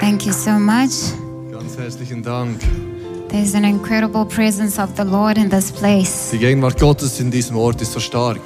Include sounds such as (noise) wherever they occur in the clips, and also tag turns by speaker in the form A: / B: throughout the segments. A: Thank you so much.
B: Ganz herzlichen Dank.
A: There's an incredible presence of the Lord in this place.
B: Die Gegenwart Gottes in diesem Ort ist so stark.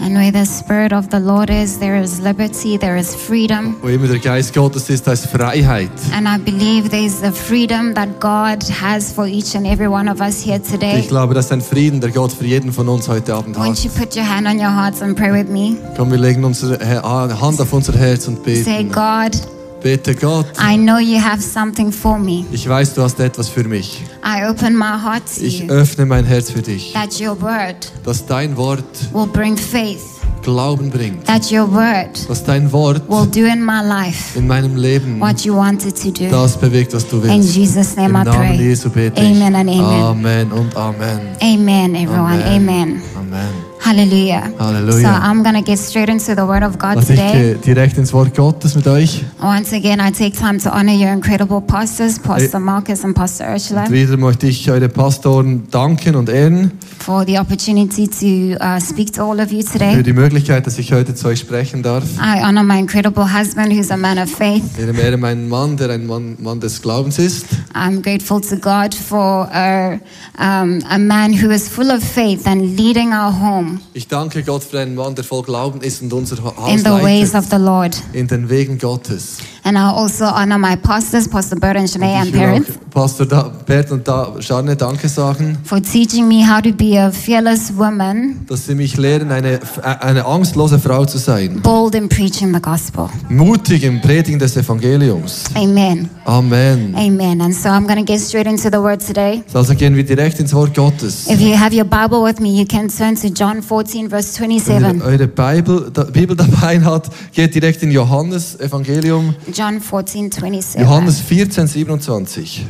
A: And where the Spirit of the Lord is, there is liberty, there is freedom.
B: Wo immer der Geist Gottes ist, da ist Freiheit.
A: And I believe there's the freedom that God has for each and every one of us here today.
B: Ich glaube, das ist ein Frieden, der Gott für jeden von uns heute Abend
A: Won't
B: hat.
A: you put your hand on your hearts and pray with me?
B: Komm, wir legen unsere He- Hand auf unser Herz und
A: Say,
B: beten.
A: God,
B: Bete Gott,
A: I know you have something for me.
B: ich weiß, du hast etwas für mich.
A: I open my heart to
B: Ich
A: you
B: öffne mein Herz für dich,
A: that your word
B: dass dein Wort
A: will bring faith,
B: Glauben bringt,
A: that your word
B: dass dein Wort
A: will do in my life
B: in meinem Leben
A: what you wanted to do.
B: das bewegt, was du
A: In
B: willst.
A: Jesus'
B: Im
A: name I
B: Namen
A: pray.
B: Jesu bete ich.
A: Amen and amen.
B: Amen und Amen.
A: Amen, everyone. Amen.
B: Amen.
A: Hallelujah.
B: Hallelujah.
A: So I'm going to get straight into the Word of God
B: Lass ich
A: today.
B: äh, direkt ins Wort Gottes mit euch.
A: Once again, I take time to honor your incredible pastors, Pastor Marcus and Pastor Ursula,
B: Wieder möchte ich eure Pastoren danken und ehren
A: for the opportunity to uh, speak to all of you
B: für
A: today.
B: die Möglichkeit, dass ich heute zu euch sprechen darf.
A: I honor my incredible husband, who's a man of faith.
B: Ich ehre meinen Mann, der ein Mann, Mann des Glaubens ist.
A: I'm grateful to God for a, um, a man who is full of faith and leading our home
B: Ich danke Gott für einen Mann, der voll Glauben ist und unser Haus
A: in the ways
B: leitet.
A: of the Lord.
B: In den Wegen Gottes.
A: And I also honor my pastors, Pastor Bert and Shanae,
B: Und
A: and
B: ich will
A: parents.
B: auch Pastor da, Bert und da, Scharne Danke sagen,
A: for teaching me how to be a fearless woman,
B: dass sie mich lehren, eine, eine angstlose Frau zu sein.
A: bold in preaching the gospel.
B: Mutig im Predigen des Evangeliums.
A: Amen.
B: Amen.
A: Amen. And so I'm going to get straight into the word today.
B: Also gehen wir direkt ins Wort Gottes.
A: If you have your Bible with me, you can turn to John 14, verse
B: Wenn ihr
A: 27.
B: eure Bibel, da, Bibel dabei hat, geht direkt in Johannes Evangelium,
A: John 14, 27.
B: Johannes 14, 27.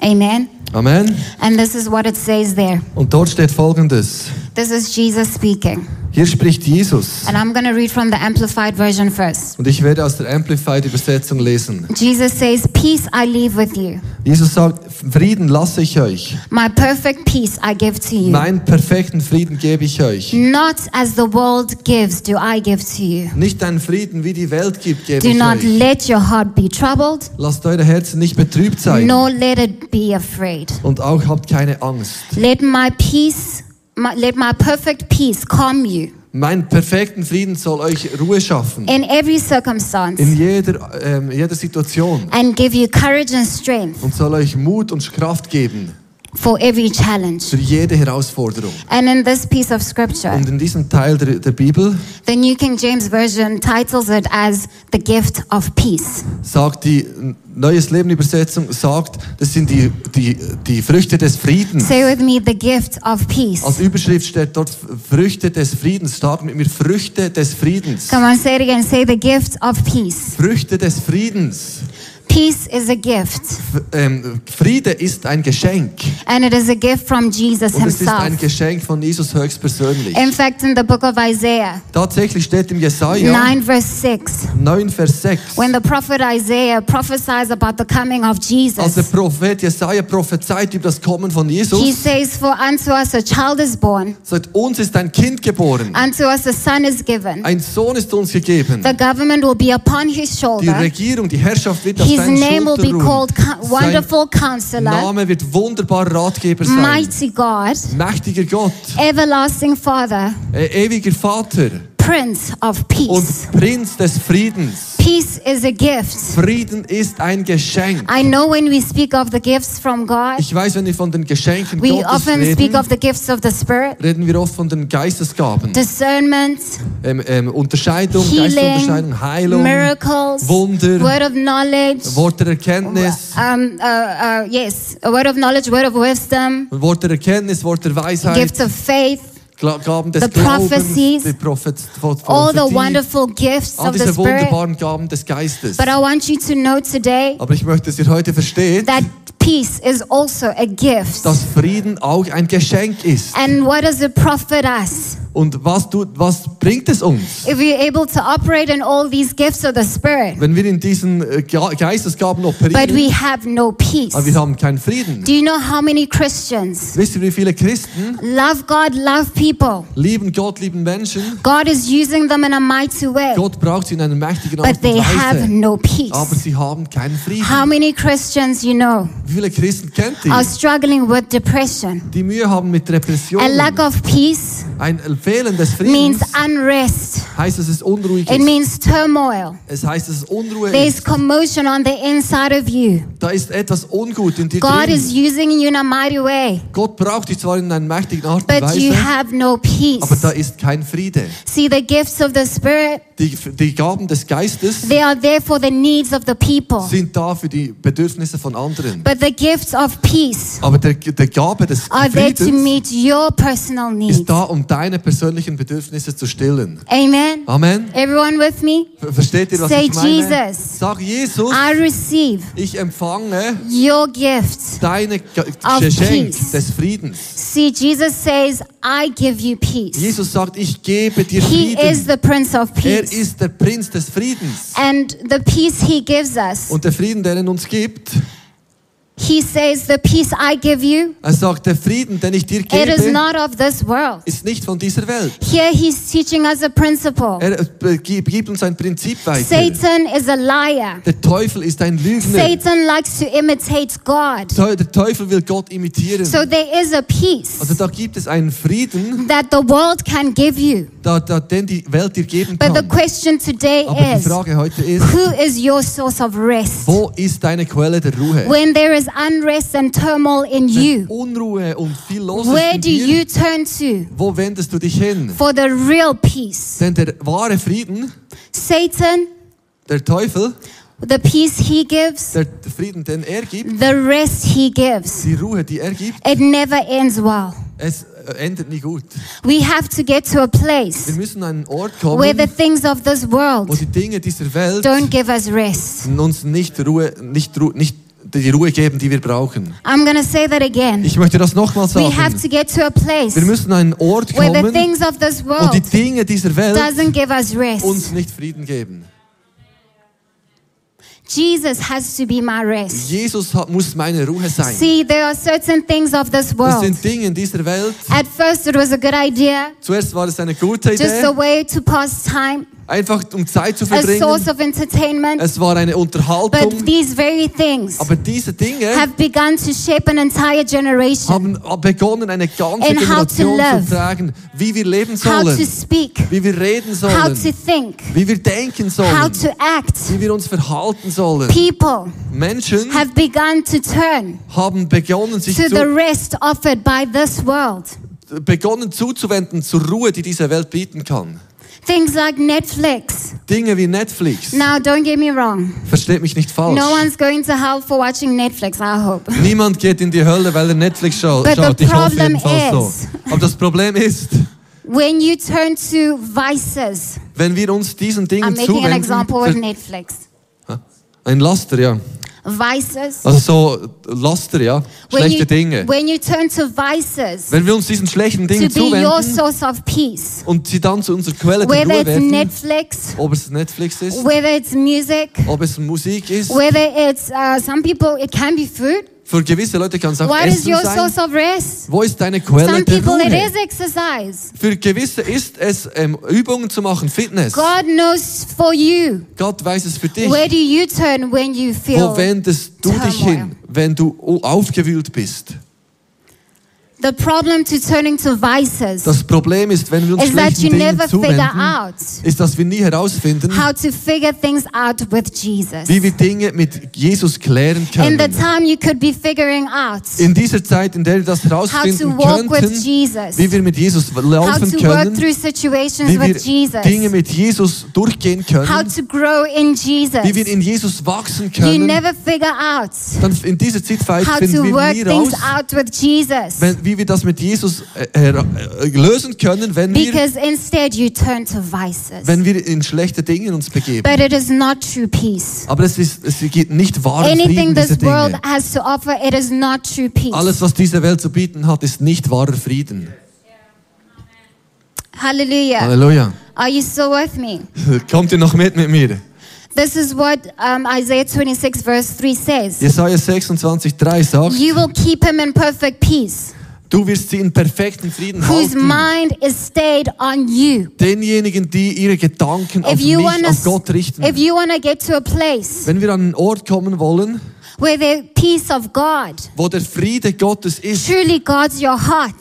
A: Amen.
B: Amen.
A: And this is what it says there.
B: Und dort steht folgendes.
A: This is Jesus speaking.
B: Hier spricht Jesus.
A: And I'm going to read from the Amplified Version first.
B: Und ich werde aus der Amplified Übersetzung lesen.
A: Jesus says, Peace I leave with you,
B: Jesus sagt, Frieden lasse ich euch.
A: my perfect peace I give to you.
B: Meinen perfekten Frieden gebe ich euch.
A: Not as the world gives, do I give to you.
B: Nicht einen Frieden, wie die Welt gibt, gebe
A: Do
B: ich
A: not
B: euch.
A: let your heart be troubled,
B: Lasst eure Herzen nicht betrübt sein.
A: nor let it be afraid.
B: Und auch habt keine Angst.
A: Let my peace, my, let my perfect peace calm you
B: Mein perfekten Frieden soll euch Ruhe schaffen.
A: in every circumstance
B: In jeder, ähm, jeder Situation.
A: and give you courage and strength
B: Und soll euch Mut und Kraft geben
A: for every challenge.
B: für jede Herausforderung.
A: And in this piece of scripture,
B: Und in diesem Teil der, der Bibel
A: the New King James Version titles it as the gift of peace.
B: sagt die Neues Leben Übersetzung, sagt, das sind die, die, die Früchte des Friedens.
A: Say with me, the gift of
B: Als
A: peace.
B: Überschrift steht dort Früchte des Friedens. Sag mit mir Früchte des Friedens.
A: Come on, say it again. Say the gift of peace.
B: Früchte des Friedens.
A: Peace is a gift,
B: F ähm, Friede ist ein Geschenk.
A: and it is a gift from Jesus
B: Und es ist ein
A: Himself.
B: Geschenk von Jesus höchstpersönlich.
A: In fact, in the book of Isaiah
B: Tatsächlich steht im Jesaja
A: 9, verse 6,
B: 9, Vers 6.
A: when the prophet Isaiah prophesies about the coming of
B: Als der
A: Jesus,
B: Prophet Jesaja prophezeit über das Kommen von
A: he
B: Jesus,
A: says, For unto us a child is born,
B: sagt, uns ist ein Kind geboren,
A: unto us a son is given.
B: ein Sohn ist uns gegeben.
A: The government will be upon his
B: Die
A: shoulder.
B: Regierung, die Herrschaft wird auf
A: His
B: seinen
A: name will be
B: Schultern
A: called Co-
B: ruhen.
A: Wonderful
B: Sein
A: Counselor,
B: Name wird wunderbarer Ratgeber sein.
A: Mighty God,
B: Mächtiger Gott,
A: Everlasting Father,
B: äh, ewiger Vater
A: Prince of Peace.
B: und Prinz des Friedens.
A: Peace is a gift.
B: Frieden ist ein Geschenk.
A: I know when we speak of the gifts from God,
B: Ich weiß, wenn wir von den Geschenken
A: we
B: Gottes
A: often speak
B: reden,
A: of the gifts of the Spirit,
B: reden wir oft von den Geistesgaben.
A: discernment,
B: Ähm, ähm, Unterscheidung,
A: healing,
B: Geistunterscheidung, Heilung,
A: miracles,
B: Wunder,
A: word of knowledge,
B: Wort der Erkenntnis,
A: um, uh, uh, yes, a word of knowledge, word of wisdom,
B: Wort der Erkenntnis, Wort der Weisheit,
A: gifts of faith,
B: Gla- Gaben des
A: the
B: Glaubens,
A: prophecies,
B: die Prophet
A: all the
B: Prophetie,
A: wonderful gifts
B: all
A: of the
B: diese
A: Spirit.
B: wunderbaren Gaben des Geistes.
A: But I want you to know today
B: Aber ich möchte, dass ihr heute versteht,
A: that peace is also a gift.
B: dass Frieden auch ein Geschenk ist.
A: And what does it profit us
B: Und was, tut, was bringt es uns,
A: If we're able to operate in all these gifts of the Spirit,
B: wenn wir in diesen äh, Ge- Geistesgaben
A: but
B: operieren,
A: we have no peace?
B: aber wir haben keinen Frieden?
A: Do you know how many Christians
B: Wisst ihr, wie viele Christen
A: love God, love people?
B: lieben Gott, lieben Menschen?
A: God is using them in a mighty way,
B: Gott braucht sie in einer mächtigen Art
A: but
B: und
A: they have
B: Weise,
A: no
B: aber
A: peace.
B: sie haben keinen Frieden.
A: How many Christians you know
B: Wie viele Christen kennt ihr?
A: are struggling with depression?
B: Die Mühe haben mit
A: A lack
B: Repressionen.
A: of peace
B: Ein Fehlen des
A: means
B: Friedens
A: unrest.
B: heißt, dass es unruhig
A: It
B: ist.
A: means turmoil.
B: Es heißt, dass es Unruhe
A: There's
B: ist.
A: commotion on the inside of you.
B: Da ist etwas ungut in dir
A: God
B: drin.
A: is using you in a mighty way,
B: Gott braucht dich zwar in einer mächtigen Art und
A: but you
B: Weise,
A: have no
B: aber da
A: peace.
B: ist kein Friede.
A: See, the gifts of the Spirit,
B: Die, die Gaben des Geistes
A: they are there for the needs of the people.
B: sind da für die Bedürfnisse von anderen.
A: But the gifts of peace
B: Aber der, der Gabe des
A: are there to
B: Friedens
A: meet your personal
B: ist
A: needs.
B: da, um deine persönlichen Bedürfnisse zu stillen.
A: Amen.
B: Amen.
A: Everyone with me?
B: Ver- Versteht ihr, was
A: Say
B: ich meine?
A: Jesus.
B: Sag Jesus,
A: I receive
B: ich empfange
A: your gifts.
B: deine Ge-
A: Of
B: Geschenk
A: peace.
B: des Friedens.
A: See, Jesus says, I give you peace.
B: Jesus sagt, ich gebe dir
A: He is
B: Frieden.
A: the Prince of
B: Er
A: Peace.
B: ist der Prinz des Friedens.
A: And the peace He gives us,
B: Und der Frieden, den er uns gibt,
A: He says, the peace I give you,
B: er sagt, der Frieden, den ich dir
A: it is
B: gebe,
A: not of this world.
B: ist nicht von dieser Welt.
A: Here He's teaching us a principle.
B: Er äh, gibt gibt uns ein Prinzip weiter.
A: Satan is a liar.
B: Der Teufel ist ein Lügner.
A: Satan likes to imitate God.
B: Teu- Der Teufel will Gott imitieren.
A: So there is a
B: Also
A: peace
B: da gibt es einen Frieden,
A: that the world can give you.
B: da, da, den die Welt dir geben
A: But the
B: kann.
A: question today
B: Aber die
A: is
B: Frage heute ist,
A: who is your source of rest?
B: wo ist deine Quelle der Ruhe?
A: When there is unrest and turmoil in
B: Wenn
A: you,
B: Unruhe und viel los ist
A: where
B: in
A: do
B: dir,
A: you turn to
B: wo wendest du dich hin?
A: for the real peace?
B: Denn der wahre Frieden,
A: Satan,
B: der Teufel,
A: the peace he gives,
B: der Frieden, den er gibt,
A: the rest he gives,
B: die Ruhe, die er gibt,
A: it never ends well.
B: es äh, endet nie gut.
A: We have to get to a
B: Wir
A: place
B: müssen an einen Ort kommen,
A: where the things of this
B: wo
A: world
B: die Dinge dieser Welt
A: don't give us rest.
B: uns nicht Ruhe, nicht, Ru nicht die Ruhe geben, die wir brauchen.
A: I'm going to say that again.
B: Ich möchte das nochmal
A: We have
B: sagen.
A: to get to a place
B: Wir müssen an einen Ort
A: where the
B: kommen,
A: things of this
B: wo die
A: world
B: Dinge dieser Welt
A: doesn't give us rest.
B: uns nicht Frieden geben.
A: Jesus has to be my rest.
B: Jesus hat, muss meine Ruhe sein.
A: See, there are certain things of this
B: Das
A: world.
B: sind Dinge in dieser Welt.
A: At first, it was a good idea,
B: Zuerst war es eine gute
A: just a
B: Idee,
A: way to pass time,
B: einfach um Zeit zu
A: a source
B: verbringen.
A: of entertainment.
B: Es war eine
A: But
B: Unterhaltung.
A: these very things
B: Aber diese Dinge
A: have begun to shape an entire generation
B: haben begonnen, eine ganze
A: And how to
B: Generation zu
A: live.
B: fragen, wie wir leben
A: how to
B: sollen,
A: speak,
B: wie wir reden
A: how to
B: sollen,
A: think,
B: wie wir denken
A: how
B: sollen,
A: to act.
B: wie wir uns verhalten sollen.
A: People
B: Menschen
A: have begun to turn
B: haben begonnen, sich
A: to the
B: zu,
A: rest offered by this world.
B: begonnen zuzuwenden zur Ruhe, die diese Welt bieten kann.
A: Things like Netflix.
B: Dinge wie Netflix.
A: Now, don't get me wrong.
B: Versteht mich nicht falsch.
A: No one's going to hell for watching Netflix, I hope.
B: Niemand geht in die Hölle, weil er Netflix schau
A: But the
B: schaut. Ich hoffe
A: problem
B: jedenfalls so.
A: is-
B: Aber das Problem ist,
A: When you turn to vices,
B: wenn wir uns diesen
A: I'm
B: Dingen
A: making an
B: zuwenden,
A: example with Netflix.
B: Hä? ein Laster, ja.
A: Vices.
B: Also so Laster, ja.
A: When you,
B: Oh, Schlechte Dinge.
A: when you turn to vices
B: Wenn wir uns diesen schlechten
A: to
B: Dingen
A: be your
B: zuwenden
A: source of peace,
B: und sie dann zu unserer Quelle der
A: whether
B: Ruhe
A: it's
B: werden,
A: Netflix,
B: ob es Netflix ist,
A: whether it's music,
B: ob es Musik ist,
A: whether it's uh, some people, it can be food.
B: für gewisse Leute kann es auch
A: What is
B: Essen
A: your
B: sein.
A: source of rest?
B: Wo ist deine Quelle
A: Some
B: der
A: people, it
B: Ruhe?
A: is exercise.
B: Für gewisse ist es, ähm, Übungen zu machen, Fitness.
A: God knows for you.
B: Gott weiß es für dich.
A: Where do you turn when you feel
B: Wo wendest du dich
A: turmoil.
B: hin, wenn du au- aufgewühlt bist?
A: the problem to turning to vices
B: Das Problem ist, wenn wir uns
A: is that you
B: schlechten Dingen
A: never figure
B: zuwenden,
A: out
B: ist, dass wir nie herausfinden,
A: how to figure things out with Jesus.
B: wie wir Dinge mit Jesus
A: In
B: klären
A: the
B: können.
A: time you could be figuring out
B: In dieser Zeit, in der wir das
A: how to
B: herausfinden
A: walk with
B: könnten,
A: Jesus,
B: wie wir mit Jesus
A: how
B: laufen
A: to work
B: können,
A: through situations
B: wie
A: with
B: wir Dinge
A: Jesus,
B: mit Jesus durchgehen
A: how
B: können,
A: to grow in
B: wie wir
A: Jesus.
B: in Jesus wachsen
A: You
B: können,
A: never figure out
B: dann in dieser Zeit
A: how
B: finden
A: to
B: wir
A: work
B: nie
A: things
B: raus,
A: out with Jesus
B: wenn, wie wir das mit Jesus äh, hera- äh, lösen können, wenn wir
A: because instead you turn to vices.
B: wenn wir in schlechte Dinge uns begeben.
A: But it is not true peace.
B: Aber es, ist, es geht nicht wahren
A: Anything
B: Frieden, diese
A: this world
B: Dinge.
A: has to offer, it is not true peace.
B: Alles, was diese Welt zu bieten hat, ist nicht wahrer Frieden.
A: Hallelujah.
B: Halleluja.
A: Are you still with me?
B: (laughs) Kommt ihr noch mit mit mir?
A: This is what um, Isaiah 26, verse 3 says
B: Jesaja 26,3 sagt,
A: You will keep him in perfect peace,
B: du wirst sie in perfekten Frieden
A: whose
B: halten.
A: mind is stayed on you.
B: Denjenigen, die ihre Gedanken auf
A: If you
B: mich,
A: wanna,
B: auf Gott richten.
A: if you want to get to a place
B: Wenn wir an einen Ort kommen wollen,
A: where the peace of God,
B: wo der Friede Gottes ist,
A: truly God's your heart,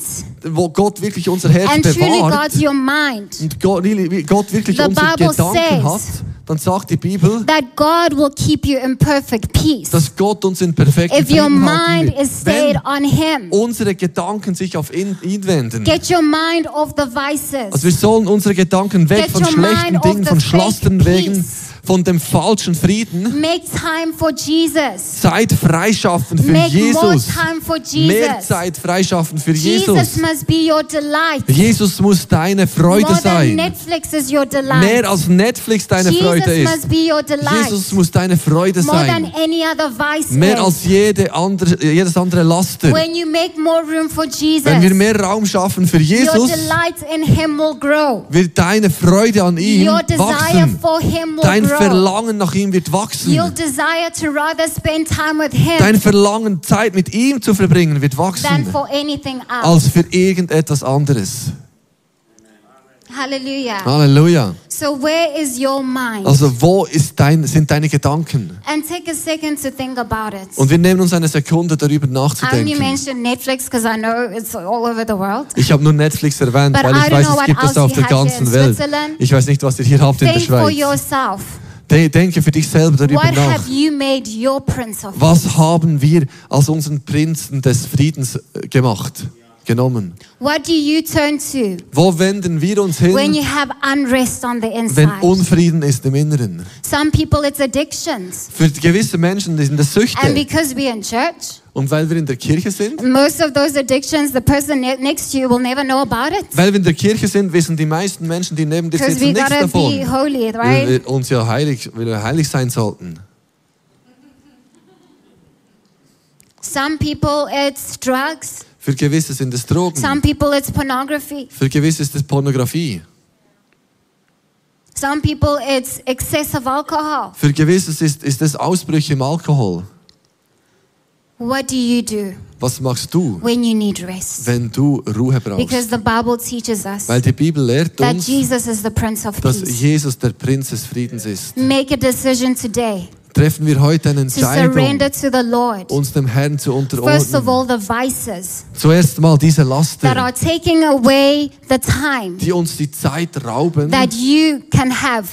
B: wo Gott wirklich unser Herz
A: and truly
B: bewahrt
A: God's your mind,
B: und Gott, Gott wirklich
A: The
B: unsere
A: Bible
B: Gedanken
A: says-
B: hat, dann sagt die Bibel,
A: that God will keep you in perfect peace.
B: dass Gott uns in perfekten
A: If your
B: Frieden halten
A: mind is
B: wird.
A: stayed
B: Wenn
A: on Him,
B: unsere Gedanken sich auf ihn, ihn wenden.
A: get your mind off the
B: Also
A: vices.
B: wir sollen unsere Gedanken weg
A: Get
B: von
A: your mind
B: schlechten
A: off
B: Dingen,
A: the
B: von
A: fake
B: schlasteren Wegen,
A: peace.
B: von dem falschen Frieden.
A: Make time for Jesus.
B: Zeit freischaffen für
A: Make more
B: Jesus.
A: time for
B: Mehr
A: Jesus.
B: Zeit freischaffen für
A: Jesus
B: Jesus.
A: must be your delight.
B: Jesus muss deine Freude
A: More than
B: sein.
A: Netflix is your delight.
B: Mehr als Netflix deine Freude
A: Jesus
B: ist.
A: must be your delight.
B: Jesus muss deine Freude
A: More than
B: sein.
A: any other vice.
B: Mehr
A: is.
B: als jede andere, jedes andere Laster.
A: When you make more room for Jesus,
B: Wenn wir mehr Raum schaffen für
A: your
B: Jesus,
A: delight in Him will grow.
B: wird deine Freude an ihm
A: Your desire
B: wachsen.
A: for Him will
B: Dein
A: grow.
B: Verlangen nach ihm wird
A: You'll
B: wachsen.
A: desire to rather spend time with Him
B: Dein Verlangen, Zeit mit ihm zu verbringen, wird
A: than
B: wachsen,
A: for anything else.
B: als für irgendetwas anderes.
A: Hallelujah.
B: Halleluja.
A: So, where is your mind?
B: Ah. Also wo ist dein, sind deine Gedanken?
A: and take a second to think about it.
B: Und wir nehmen uns eine Sekunde, darüber
A: I'm you
B: nachzudenken.
A: mentioned Netflix because I know it's all over the world.
B: Ich habe nur Netflix erwähnt,
A: But
B: weil
A: I
B: ich
A: don't
B: weiß,
A: know
B: es
A: what
B: gibt es
A: else
B: auf
A: you
B: der
A: have here
B: ganzen
A: in
B: Welt.
A: Switzerland.
B: Ich weiß nicht, was ihr hier habt in der
A: Think for
B: Schweiz.
A: yourself.
B: De denke für dich selber darüber
A: What have
B: nach.
A: you made your prince of?
B: Was haben wir als unseren Prinzen des Friedens äh, gemacht, genommen?
A: What do you turn to
B: Wo wenden wir uns
A: when
B: hin,
A: you have unrest on the
B: wenn
A: inside?
B: Unfrieden ist im Inneren?
A: Some people, it's addictions.
B: Für gewisse Menschen sind das
A: And
B: Süchte.
A: because we're in church,
B: Und weil wir in der Kirche sind,
A: most of those addictions, the person ne- next to you will never know about it.
B: weil wir in der Kirche sind, wissen die meisten Menschen, die neben dir
A: Because we
B: sitzen, nichts
A: gotta be
B: davon.
A: holy,
B: Weil
A: right?
B: wir uns ja heilig, weil wir heilig sein sollten.
A: Some people, it's drugs.
B: Für gewisse sind es
A: Some
B: Drogen.
A: people, it's pornography.
B: Für gewisse ist es Pornografie.
A: Some people, it's excessive alcohol.
B: Für gewisse ist, ist es Ausbrüche im Alkohol.
A: What do you do
B: Was machst du,
A: when you need rest?
B: wenn du Ruhe brauchst?
A: Because the Bible teaches us
B: Weil die Bibel lehrt
A: that
B: uns,
A: Jesus is the Prince of
B: dass
A: Peace.
B: Jesus der Prinz des Friedens ist.
A: Make a decision today
B: Treffen wir heute eine
A: to surrender
B: Entscheidung,
A: to the Lord.
B: uns dem Herrn zu
A: First of
B: unterordnen.
A: all, the vices
B: Zuerst mal diese
A: that
B: Laster,
A: are taking away the time
B: die uns die Zeit rauben,
A: that you can have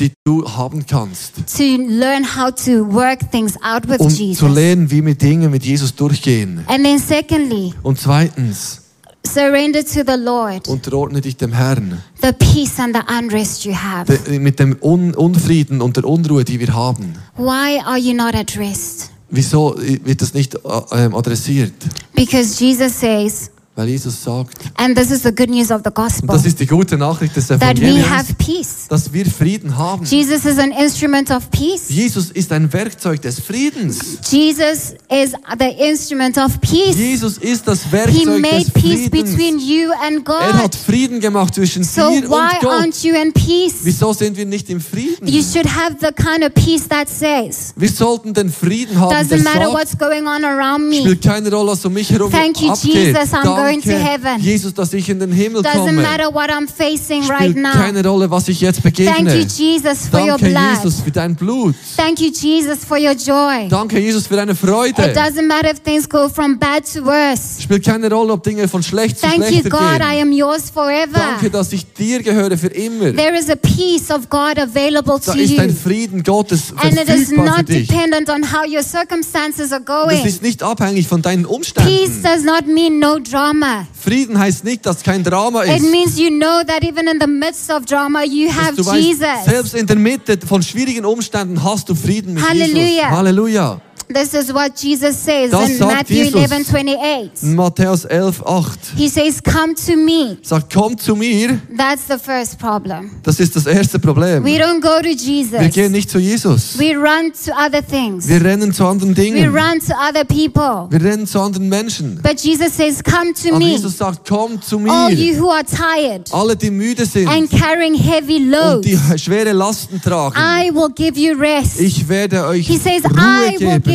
B: die du haben kannst,
A: to learn how to work things out with
B: um zu
A: Jesus.
B: lernen, wie wir Dinge mit Jesus durchgehen.
A: And then, secondly,
B: Und zweitens,
A: surrender to the Lord
B: unterordne dich dem Herrn.
A: the peace and the unrest you have.
B: De- Mit dem Un Unfrieden und der Unruhe, die wir haben.
A: Why are you not at rest?
B: Wieso wird das nicht äh, ähm, adressiert?
A: Because Jesus says,
B: Weil Jesus sagt,
A: and this is the good news of the
B: und
A: gospel,
B: das ist die gute Nachricht des
A: that we
B: Evangeliums,
A: have peace.
B: dass wir Frieden haben.
A: Jesus is an instrument of peace.
B: Jesus ist ein Werkzeug des Friedens.
A: Jesus is the instrument of peace.
B: Jesus ist das
A: He
B: Werkzeug des
A: made peace
B: Friedens.
A: between you and
B: Er hat
A: God.
B: Frieden gemacht zwischen
A: So
B: dir
A: why
B: und Gott.
A: aren't you in peace?
B: Wieso sind wir nicht im Frieden?
A: You should have the kind of peace that says,
B: Wir sollten den Frieden haben, der
A: doesn't matter
B: sagt,
A: what's going on around me.
B: spielt keine Rolle, was um mich herum
A: Thank you,
B: abgeht.
A: Jesus, I'm
B: Danke,
A: going to heaven.
B: Jesus, dass ich in den Himmel
A: Doesn't
B: komme.
A: matter what I'm facing right
B: spielt
A: now.
B: keine Rolle, was ich jetzt begegne.
A: Thank you, Jesus, for your
B: Danke,
A: blood.
B: Jesus, für dein Blut.
A: Thank you, Jesus, for your joy.
B: Danke, Jesus, für deine
A: It
B: Freude.
A: doesn't matter if things go from bad to worse.
B: Spielt keine Rolle, ob Dinge von schlecht zu
A: Thank you,
B: schlechter
A: God, I
B: gehen.
A: am yours
B: Danke,
A: forever.
B: dass ich dir gehöre für immer.
A: There is a peace of God available
B: Da
A: to
B: ist ein
A: you.
B: Frieden Gottes
A: And it is
B: verfügbar für
A: not
B: dich.
A: dependent on how your circumstances are
B: Das
A: going.
B: ist nicht abhängig von deinen Umständen.
A: Peace does not mean no drama.
B: Frieden heißt nicht, dass kein Drama
A: It
B: ist.
A: means you know that even in the midst of drama, you
B: Dass
A: have
B: du weißt,
A: Jesus.
B: selbst in der Mitte von schwierigen Umständen hast du Frieden mit
A: Halleluja.
B: Jesus. Halleluja.
A: This is what Jesus says
B: Das
A: in
B: sagt
A: Matthew
B: Jesus. Mm.
A: 11, 28.
B: Matthäus 11, 8
A: He says, Come to me.
B: sagt, kommt zu mir.
A: That's the first problem.
B: Das ist das erste Problem.
A: We don't go to
B: Wir gehen
A: Jesus.
B: nicht zu Jesus.
A: We run to other things.
B: Wir rennen zu anderen
A: We
B: Dingen.
A: run to other people.
B: Wir rennen zu anderen Menschen.
A: But Jesus says, Come to
B: Aber
A: me,
B: Jesus sagt, kommt zu
A: all you
B: mir.
A: who are tired
B: Alle, die müde sind
A: and carrying heavy
B: und die
A: loads.
B: schwere Lasten tragen.
A: I will give you rest.
B: Ich werde euch
A: He says,
B: Ruhe
A: "I will give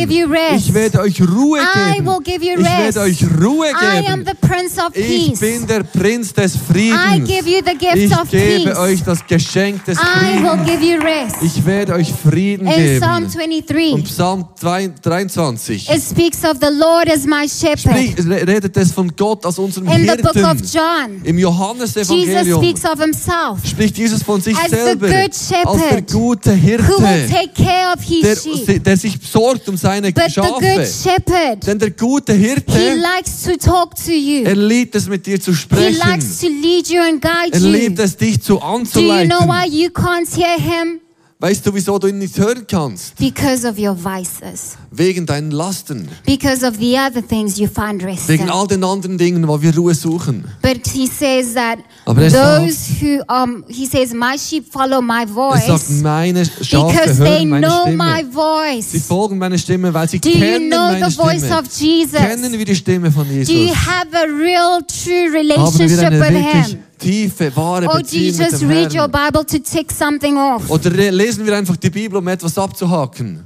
A: you rest.
B: geben. Ich werde euch Ruhe
A: I
B: geben.
A: will give you
B: Ich
A: rest.
B: werde euch Ruhe
A: I am
B: geben.
A: the Prince of
B: Ich
A: Peace.
B: bin der Prinz des
A: I
B: Friedens.
A: give you the gift
B: Ich
A: of peace.
B: gebe euch das Geschenk des
A: I will
B: Friedens.
A: give you rest.
B: Ich werde euch Frieden
A: In Psalm
B: geben. Um
A: 23,
B: Und Psalm 23
A: it speaks of the Lord as my
B: sprich-
A: shepherd.
B: re- redet es von Gott als unserem
A: In the book of
B: Hirten.
A: John,
B: Im
A: Jesus
B: Johannesevangelium
A: speaks of himself,
B: spricht Jesus von sich
A: As the
B: selber
A: good shepherd
B: als der gute
A: who will
B: Hirte,
A: take care of
B: der,
A: his sheep.
B: der sich sorgt um seine
A: But the good
B: Schafe.
A: shepherd,
B: Denn der gute
A: he
B: Hirte,
A: likes to talk to
B: er
A: you.
B: liebt es mit dir zu
A: He
B: sprechen.
A: likes to lead you and guide
B: Er
A: you.
B: liebt es dich
A: Do
B: zu
A: you know why
B: anzuleiten.
A: you can't hear him?
B: Weißt du, wieso du ihn nicht hören kannst?
A: Because of your vices.
B: Wegen deinen Lasten.
A: Because of the other things you find rest in.
B: Wegen all den anderen Dingen, wo wir Ruhe suchen.
A: But he says that
B: Aber er sagt-
A: those who um he says my sheep follow my
B: Er sagt,
A: voice
B: meine Schafe
A: because they
B: hören meine
A: know my
B: Stimme.
A: voice.
B: Sie folgen meiner Stimme, weil sie
A: Do you
B: kennen
A: know the
B: meine
A: voice
B: Stimme.
A: of Jesus?
B: Kennen wir die Stimme von
A: Do you
B: Jesus?
A: have a real true
B: Haben wir
A: relationship
B: eine
A: with
B: wirklich
A: him?
B: tiefe, wahre
A: Or do you
B: Beziehung mit
A: just
B: dem
A: Oh, read your
B: Herrn?
A: Bible to tick something off?
B: Oder re- lesen wir einfach die Bibel, um etwas abzuhaken?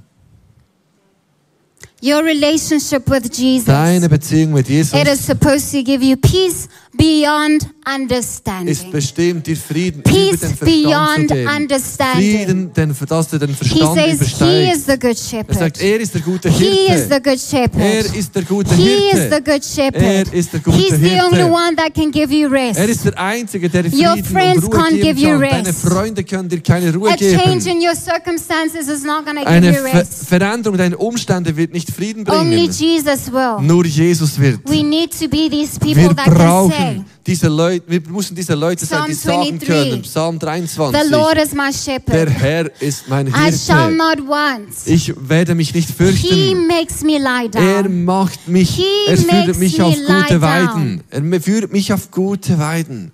A: Your relationship with Jesus
B: Deine Beziehung mit Jesus
A: it is supposed to give you peace beyond
B: ist
A: understanding.
B: bestimmt, dir Frieden
A: Peace
B: über den Verstand zu
A: beyond
B: geben.
A: understanding.
B: Frieden, den, dass du den
A: He
B: Verstand
A: says he
B: übersteigst.
A: is the good
B: Er sagt,
A: shepherd.
B: er ist der gute
A: He is the
B: Hirte.
A: good shepherd.
B: Er ist der gute
A: He is the
B: Hirte.
A: good shepherd.
B: Er ist der gute
A: He's the
B: Hirte.
A: only one that can give you rest.
B: Er ist der Einzige, der dir
A: Your
B: Frieden
A: friends
B: und
A: can't
B: Ruhe
A: give you
B: geben kann. Deine
A: rest.
B: Freunde können dir keine Ruhe
A: A change
B: geben.
A: in your circumstances is not going to give
B: Eine
A: you
B: Ver
A: rest.
B: Veränderung deiner Umstände wird nicht Frieden
A: Only
B: bringen.
A: Jesus will.
B: Nur Jesus wird.
A: We need to be these
B: Wir
A: people that can say,
B: brauchen diese Leute, wir müssen diese Leute sein, die
A: Psalm
B: sagen
A: 23.
B: können, Psalm
A: The
B: 23,
A: Lord is my
B: der
A: shepherd.
B: Herr ist mein
A: I shall
B: Hirte.
A: not want.
B: Ich werde mich nicht
A: He
B: fürchten.
A: makes me lie
B: Er
A: down.
B: macht mich,
A: He
B: er führt
A: makes
B: mich
A: me
B: auf
A: lie
B: gute
A: down.
B: Weiden. Er führt mich auf gute Weiden.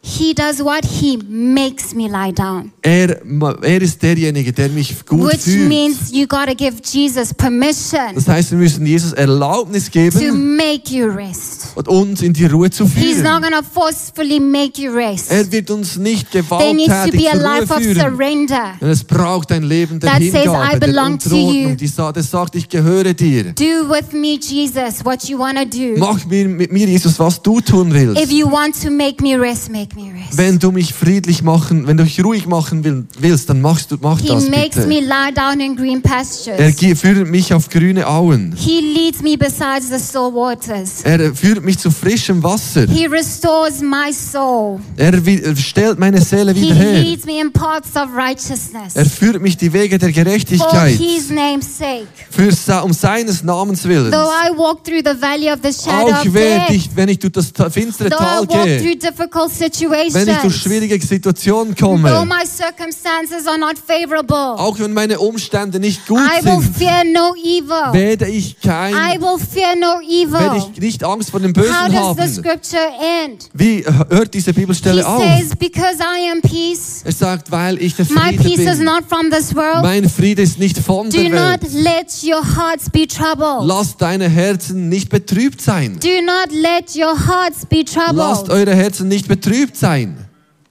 A: He does what? He makes me lie down.
B: Er, ma- er ist derjenige, der mich gut
A: Which
B: führt.
A: means you got to give Jesus permission
B: Das heißt, wir müssen Jesus Erlaubnis
A: to
B: geben
A: make you rest.
B: und uns in die Ruhe zu
A: He's not
B: führen.
A: going to forcefully make you rest.
B: Er wird uns nicht
A: There needs to
B: gewalttätig
A: be a
B: zur Ruhe
A: life of
B: führen.
A: surrender.
B: Denn es braucht ein Leben der
A: That says, I
B: Hingabe, der
A: belong to you.
B: Unterordnung, die sa- das sagt, ich gehöre dir.
A: Do with me, Jesus, what you want to do.
B: Mach mir, mit mir, Jesus, was du tun
A: If
B: willst.
A: you want to make me rest, make me rest.
B: Wenn du mich friedlich machen, wenn du mich ruhig machen will, willst, dann machst du, mach
A: He
B: das
A: makes
B: bitte.
A: me lie down in green
B: Er
A: pastures.
B: ge- führt mich auf grüne Auen.
A: He leads me beside the still waters.
B: Er führt mich zu frischem Wasser.
A: He restores my soul.
B: Er wi- er stellt meine Seele
A: He
B: wieder her.
A: leads me in paths of
B: Er
A: righteousness.
B: führt mich die Wege der
A: For
B: Gerechtigkeit.
A: his name's sake.
B: Für, sa- um seines Namens willen.
A: Though I walk through the valley of the shadow
B: Auch
A: of
B: wenn
A: death,
B: ich, wenn ich durch das ta- finstere
A: though I
B: Tal
A: walk
B: gehe,
A: through difficult
B: wenn ich durch
A: situations,
B: schwierige Situationen
A: though
B: komme,
A: my circumstances are not favorable,
B: Auch wenn meine Umstände nicht gut
A: I will
B: sind,
A: fear no evil.
B: werde ich
A: I
B: kein,
A: will fear no
B: werde
A: evil.
B: ich nicht Angst vor dem
A: How
B: Bösen
A: does the
B: haben.
A: scripture end?
B: Wie hört diese
A: He
B: Bibelstelle auf?
A: says, Because I am peace,
B: Er sagt, weil ich der
A: my
B: Friede
A: peace is
B: bin.
A: not from this world.
B: Mein Friede ist nicht von
A: Do
B: der
A: not
B: Welt.
A: let your hearts be troubled.
B: Lasst deine Herzen nicht betrübt sein.
A: Do not let your hearts be
B: Lasst
A: troubled,
B: eure Herzen nicht betrübt sein.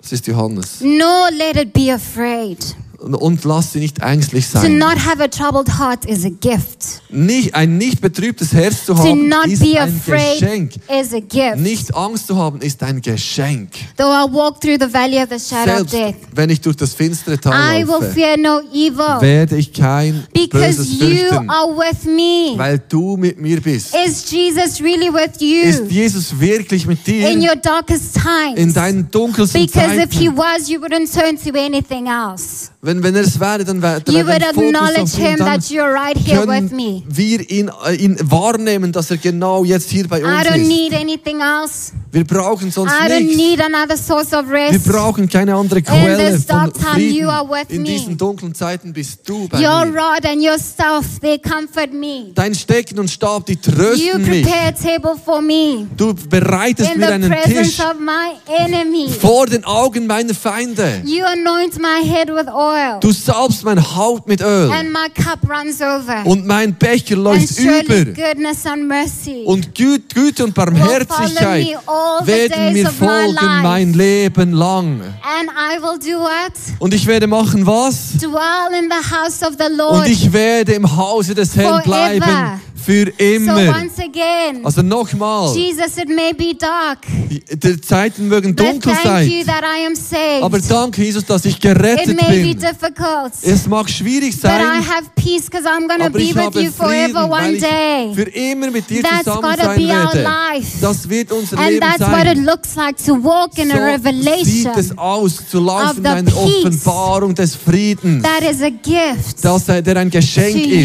B: Das ist Johannes.
A: nor let it be afraid.
B: Und- Und lasst sie nicht ängstlich
A: To
B: sein.
A: not have a troubled heart is a gift.
B: Nicht, ein nicht betrübtes Herz zu
A: To
B: haben,
A: not
B: ist
A: be
B: ein
A: afraid
B: Geschenk.
A: is a gift.
B: Nicht Angst zu haben, ist ein Geschenk.
A: Though I walk through the valley of the shadow of
B: Selbst
A: death,
B: wenn ich durch das finstere
A: I
B: Tal
A: will
B: laufe,
A: fear no evil.
B: werde ich kein
A: Because
B: Böses
A: you
B: fürchten,
A: are with me.
B: weil du mit mir bist.
A: Is Jesus really with
B: Ist
A: you
B: Jesus wirklich mit
A: in
B: dir
A: your darkest
B: in
A: times?
B: deinen dunkelsten
A: Because if he
B: Zeiten?
A: was, you wouldn't turn to anything else.
B: Wenn, wenn er es wäre, dann wäre
A: You
B: dann wäre
A: would
B: der Fokus
A: acknowledge
B: auf ihn,
A: him
B: dann
A: that you're right here with me.
B: können wir ihn, äh, ihn wahrnehmen, dass er genau jetzt hier bei
A: I
B: uns
A: don't
B: ist.
A: need anything else.
B: Wir brauchen sonst
A: I don't
B: nichts.
A: need another source of
B: Wir
A: rest.
B: brauchen keine andere Quelle
A: this
B: von
A: dark time, you
B: Frieden.
A: are with
B: In
A: me.
B: diesen dunklen Zeiten bist du bei
A: Your
B: mir.
A: rod and your staff, they comfort me.
B: Dein Stecken und Stab, die
A: You
B: trösten mich.
A: prepare a table for me
B: Du bereitest
A: in
B: mir
A: the
B: einen
A: presence
B: Tisch
A: of my enemy.
B: vor den Augen meiner Feinde.
A: You anoint my head with oil,
B: Du salbst mein Haupt mit Öl
A: and my cup runs over.
B: und mein Becher
A: And
B: läuft
A: surely
B: über.
A: goodness and mercy
B: Und Gü- Güte und Barmherzigkeit
A: Will follow me all the
B: werden
A: days
B: mir
A: of my
B: folgen
A: life.
B: mein Leben lang.
A: And I will do what?
B: Und ich werde machen was?
A: Dwell in the house of the
B: Und
A: Lord.
B: ich werde im Hause des Herrn
A: Forever.
B: bleiben. Für
A: So
B: immer.
A: once again,
B: Also nochmal,
A: Jesus, it may be dark,
B: die Zeiten mögen
A: but
B: dunkel
A: thank you
B: sein.
A: that I am saved.
B: Aber danke, Jesus, dass ich
A: it
B: gerettet
A: may be
B: bin.
A: difficult,
B: Es mag schwierig
A: but I
B: sein,
A: have peace because I'm going to
B: Er aber
A: be
B: ich
A: with
B: habe
A: you
B: Frieden,
A: forever
B: weil
A: one day.
B: ich für immer mit dir
A: That's
B: zusammen
A: gotta
B: sein
A: be our
B: werde.
A: life.
B: Das wird unser
A: And
B: Leben
A: that's what it
B: sein.
A: looks like to walk in a
B: So sieht es
A: revelation
B: aus, zu laufen in
A: the
B: einer
A: peace
B: Offenbarung des Friedens,
A: that is a gift
B: dass er, der ein Geschenk
A: to you.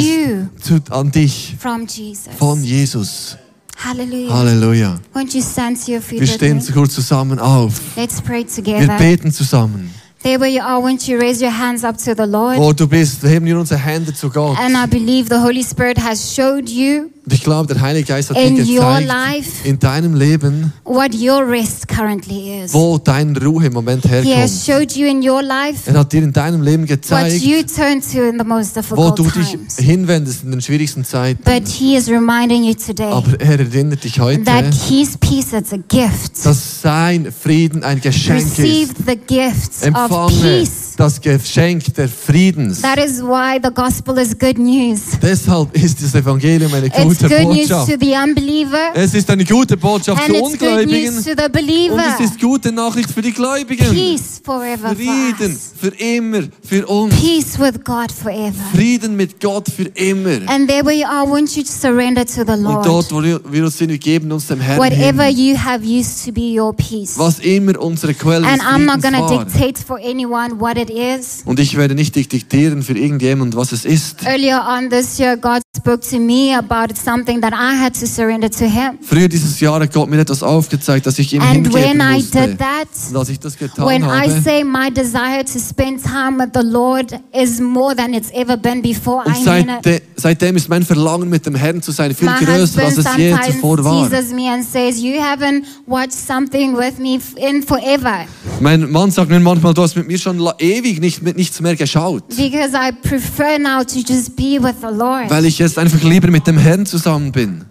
B: ist zu, an dich
A: from Jesus.
B: von Jesus.
A: Hallelujah.
B: Halleluja.
A: Won't you stand to your feet
B: Wir
A: with me?
B: stehen kurz zusammen auf.
A: Let's pray
B: Wir
A: together.
B: beten zusammen.
A: There where you are, won't you raise your hands up to the Lord?
B: Wo du bist, heben wir unsere Hände zu Gott.
A: And I believe the Holy Spirit has showed you
B: Und ich glaube, der Heilige Geist hat
A: In
B: dir
A: your
B: gezeigt,
A: life.
B: in deinem Leben,
A: what your rest currently is.
B: wo dein Ruhe im Moment
A: He has
B: herkommt.
A: showed you in your life
B: Er hat dir in deinem Leben
A: what
B: gezeigt,
A: you turn to in the most
B: wo
A: difficult
B: du dich
A: times.
B: hinwendest in den schwierigsten Zeiten.
A: But He is reminding you today
B: Aber er erinnert dich
A: that
B: heute,
A: His peace is a gift.
B: dass sein Frieden ein Geschenk ist.
A: Receive the gift of
B: Empfange
A: peace.
B: das Geschenk des Friedens.
A: That is why the gospel is good news.
B: Deshalb ist das Evangelium eine
A: It's
B: gute
A: good news
B: Botschaft.
A: to the unbeliever
B: Es ist eine gute Botschaft
A: and
B: für
A: it's good
B: Ungläubigen
A: news to the
B: und es
A: believer.
B: ist gute Nachricht für die Gläubigen.
A: Peace forever for
B: Frieden
A: us.
B: für immer, für uns.
A: Peace with God forever.
B: Frieden mit Gott für immer.
A: And there we are, won't you surrender to the
B: Und
A: Lord?
B: dort, wo wir wir uns sind, wir geben uns dem Herrn
A: Whatever
B: hin.
A: you have used to be your peace.
B: Was immer unsere Quelle
A: And
B: des
A: I'm not
B: Friedens
A: going to
B: war.
A: dictate for anyone what it is.
B: Und ich werde nicht diktieren für irgendjemand, was es ist.
A: Earlier on this year, God spoke to me about something that I had to surrender to Him.
B: Früher dieses Jahr hat Gott mir etwas aufgezeigt, dass ich ihm
A: And
B: hingeben
A: when I
B: musste.
A: did that,
B: Und als ich das getan
A: when I
B: habe
A: say my desire to spend time with the Lord is more than it's ever been before,
B: und
A: I mean it.
B: seitde, seitdem ist mein Verlangen mit dem Herrn zu sein viel
A: My
B: größer,
A: husband
B: als es je zuvor
A: sometimes
B: war.
A: teases me and says, "You haven't watched something with me f- in forever
B: Mein Mann sagt mir manchmal, du hast mit mir schon la- ewig nicht, mit nichts mehr geschaut,
A: because I prefer now to just be with the Lord."
B: weil ich jetzt einfach lieber mit dem Herrn zusammen bin.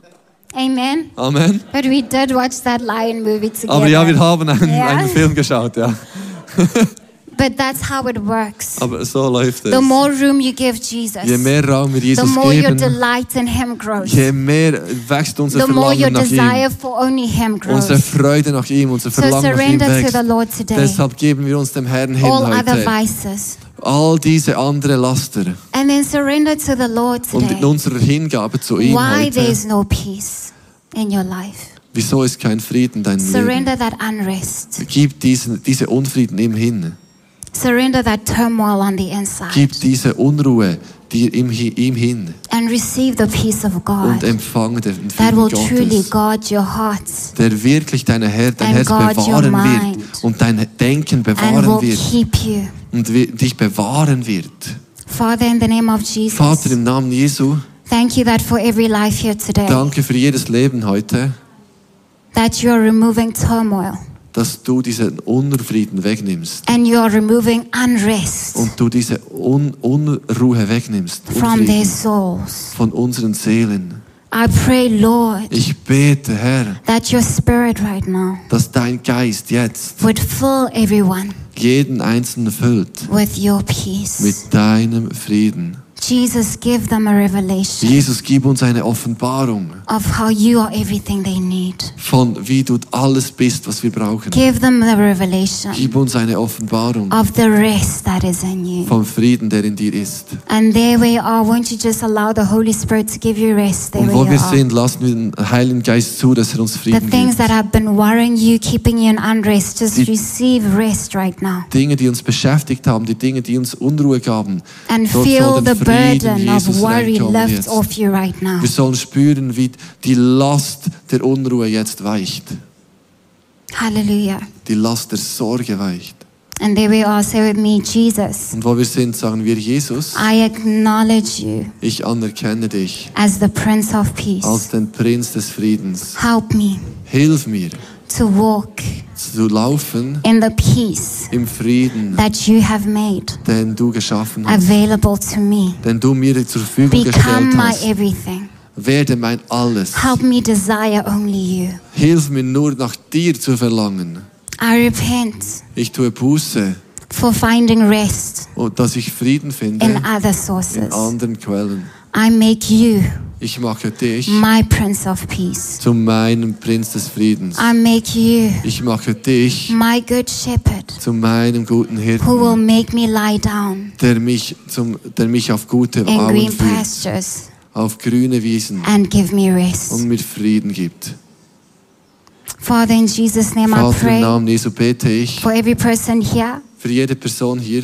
A: Amen.
B: Amen.
A: But we did watch that lion movie
B: Aber ja, wir
A: together.
B: haben einen,
A: Ja.
B: einen Film geschaut, ja.
A: But that's how it works.
B: Aber so läuft es.
A: The more room you give
B: Je
A: Jesus,
B: mehr Raum wir
A: the
B: Jesus
A: more your
B: geben,
A: delight in Him grows.
B: je mehr wächst unser
A: The more your
B: Verlangen nach ihm.
A: desire for only Him
B: Unsere
A: grows.
B: Freude nach ihm, unser
A: So
B: Verlangen nach ihm
A: surrender to
B: wächst.
A: the Lord today.
B: Deshalb geben wir uns dem Herrn hin
A: All other
B: heute.
A: vices.
B: All diese andere Laster
A: And then surrender to the Lord
B: und in
A: today.
B: unserer Hingabe zu ihm
A: why there
B: heute.
A: is no peace in your life.
B: Wieso ist kein Frieden in deinem Leben?
A: Surrender that unrest.
B: Gib diesen, diese Unfrieden ihm hin.
A: Surrender that turmoil on the inside.
B: Gib diese Unruhe dir ihm, hi- ihm hin
A: And receive the peace of God
B: und empfange den
A: that
B: Frieden
A: will truly
B: Gottes,
A: guard your hearts
B: der wirklich dein Herz, dein
A: and
B: Herz
A: guard your
B: bewahren
A: mind.
B: wird und dein Denken
A: and will
B: bewahren wird
A: keep you.
B: und wi- dich bewahren wird.
A: Father, in the name of
B: Vater,
A: Jesus,
B: im Namen Jesu,
A: thank you that for every life here today,
B: danke für jedes Leben heute,
A: that you're removing turmoil
B: dass du diesen Unfrieden wegnimmst.
A: and you're removing unrest
B: und du diese Un Unruhe wegnimmst
A: from their
B: Unfrieden
A: souls.
B: von unseren Seelen.
A: I pray, Lord,
B: Ich bete, Herr,
A: that your spirit right now
B: dass dein Geist jetzt
A: would fill everyone
B: jeden Einzelnen füllt
A: with your peace.
B: mit deinem Frieden.
A: Jesus, give them a revelation
B: Jesus, gib uns eine Offenbarung
A: of how you are everything they need.
B: von, wie du alles bist, was wir brauchen.
A: Give them the revelation
B: Gib uns eine Offenbarung
A: of the rest that is in you.
B: vom Frieden, der in dir ist.
A: And there we are. Won't you just allow the Holy Spirit to give you rest? There
B: Und wo
A: where
B: wir
A: you are.
B: sind, lassen wir den Heiligen Geist zu, dass er uns
A: The
B: Frieden
A: things that
B: gibt.
A: have been worrying you, keeping you in unrest, just
B: Die-
A: receive rest right now.
B: Dinge, die uns beschäftigt haben, die Dinge, die uns Unruhe gaben.
A: And
B: Dort
A: feel
B: soll
A: the
B: den Frieden
A: burden of
B: Jesus
A: worry
B: reinkommen
A: lift
B: jetzt.
A: off you right now.
B: Wir sollen spüren, wie die Last der Unruhe jetzt weicht.
A: Hallelujah.
B: Die Last der Sorge weicht.
A: And there we are. Say with me, Jesus,
B: Und wo wir sind, sagen wir, Jesus,
A: I acknowledge you
B: ich anerkenne dich
A: as the Prince of
B: als
A: Peace.
B: den Prinz des Friedens.
A: Help me
B: Hilf mir
A: to walk
B: zu laufen
A: in the peace
B: im Frieden,
A: that you have made
B: den du geschaffen hast,
A: available to me.
B: den du mir zur Verfügung gestellt
A: Become my
B: hast.
A: everything.
B: Werde mein Alles.
A: Help me desire only you.
B: Hilf mir nur nach dir zu verlangen.
A: I repent
B: Ich tue Buße,
A: for finding rest
B: und dass ich Frieden
A: in
B: finde
A: other
B: in
A: sources.
B: anderen Quellen.
A: I make you
B: Ich mache dich
A: my Prince of Peace.
B: zu meinem Prinz des Friedens.
A: I make you
B: Ich mache dich
A: my Good Shepherd
B: zu meinem guten
A: who will
B: Hirten,
A: make me lie down
B: der mich, zum, der mich auf gute
A: in
B: Auen
A: green
B: führt,
A: pastures
B: auf grüne Wiesen
A: and give me rest.
B: und mir Frieden gibt.
A: Father, in Jesus' name I
B: Vater, im
A: pray
B: Namen Jesu bete ich
A: for every person here
B: für jede Person hier,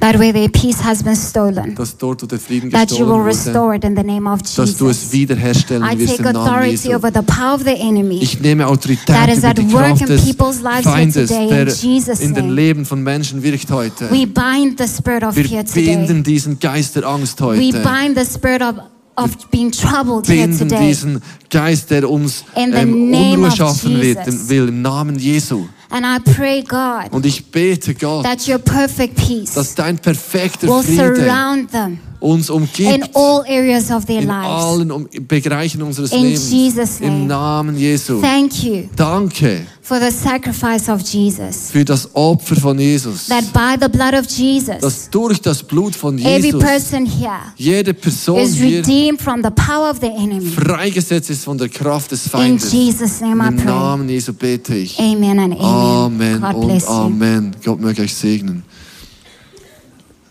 A: that where their peace has been stolen,
B: dass dort, wo der Frieden
A: that you
B: gestohlen
A: will
B: wurde,
A: restore it in the name of
B: dass du es
A: Jesus. I
B: wiederherstellen wirst
A: take
B: im Namen Jesu.
A: authority over the power of the enemy
B: Ich nehme
A: That
B: Autorität
A: is
B: über
A: at
B: die
A: work
B: Kraft
A: in
B: des
A: people's lives here
B: Feindes,
A: today, in Jesus'
B: der in den
A: name.
B: Leben von Menschen wirkt heute.
A: We bind the spirit of fear
B: Wir
A: today.
B: binden diesen Geist der Angst
A: We
B: heute.
A: bind the spirit of, of being troubled here
B: Binden
A: today.
B: diesen Geist, der uns
A: In the
B: ähm,
A: name
B: Unruhe
A: of
B: schaffen wird,
A: Jesus.
B: will, im Namen Jesu.
A: And I pray, God,
B: Und ich bete Gott,
A: that your perfect
B: dass
A: peace
B: dein perfekter
A: will
B: Friede
A: surround them
B: uns
A: in
B: umgibt.
A: all areas of their
B: In
A: lives.
B: allen um Bereichen unseres
A: In
B: Lebens.
A: Jesus' name.
B: Im Namen Jesu.
A: Thank you
B: Danke
A: for the sacrifice of Jesus.
B: für das Opfer von Jesus.
A: That by the blood of
B: Dass
A: Jesus,
B: durch das Blut von
A: every
B: Jesus
A: person here
B: Jede Person
A: is
B: hier
A: redeemed from the power of the enemy.
B: freigesetzt ist von der Kraft des
A: In
B: Feindes.
A: Jesus' name I
B: Im
A: pray.
B: Namen Jesu bete ich.
A: Amen and amen.
B: Amen
A: God
B: und
A: bless you.
B: Amen. Gott möge euch segnen.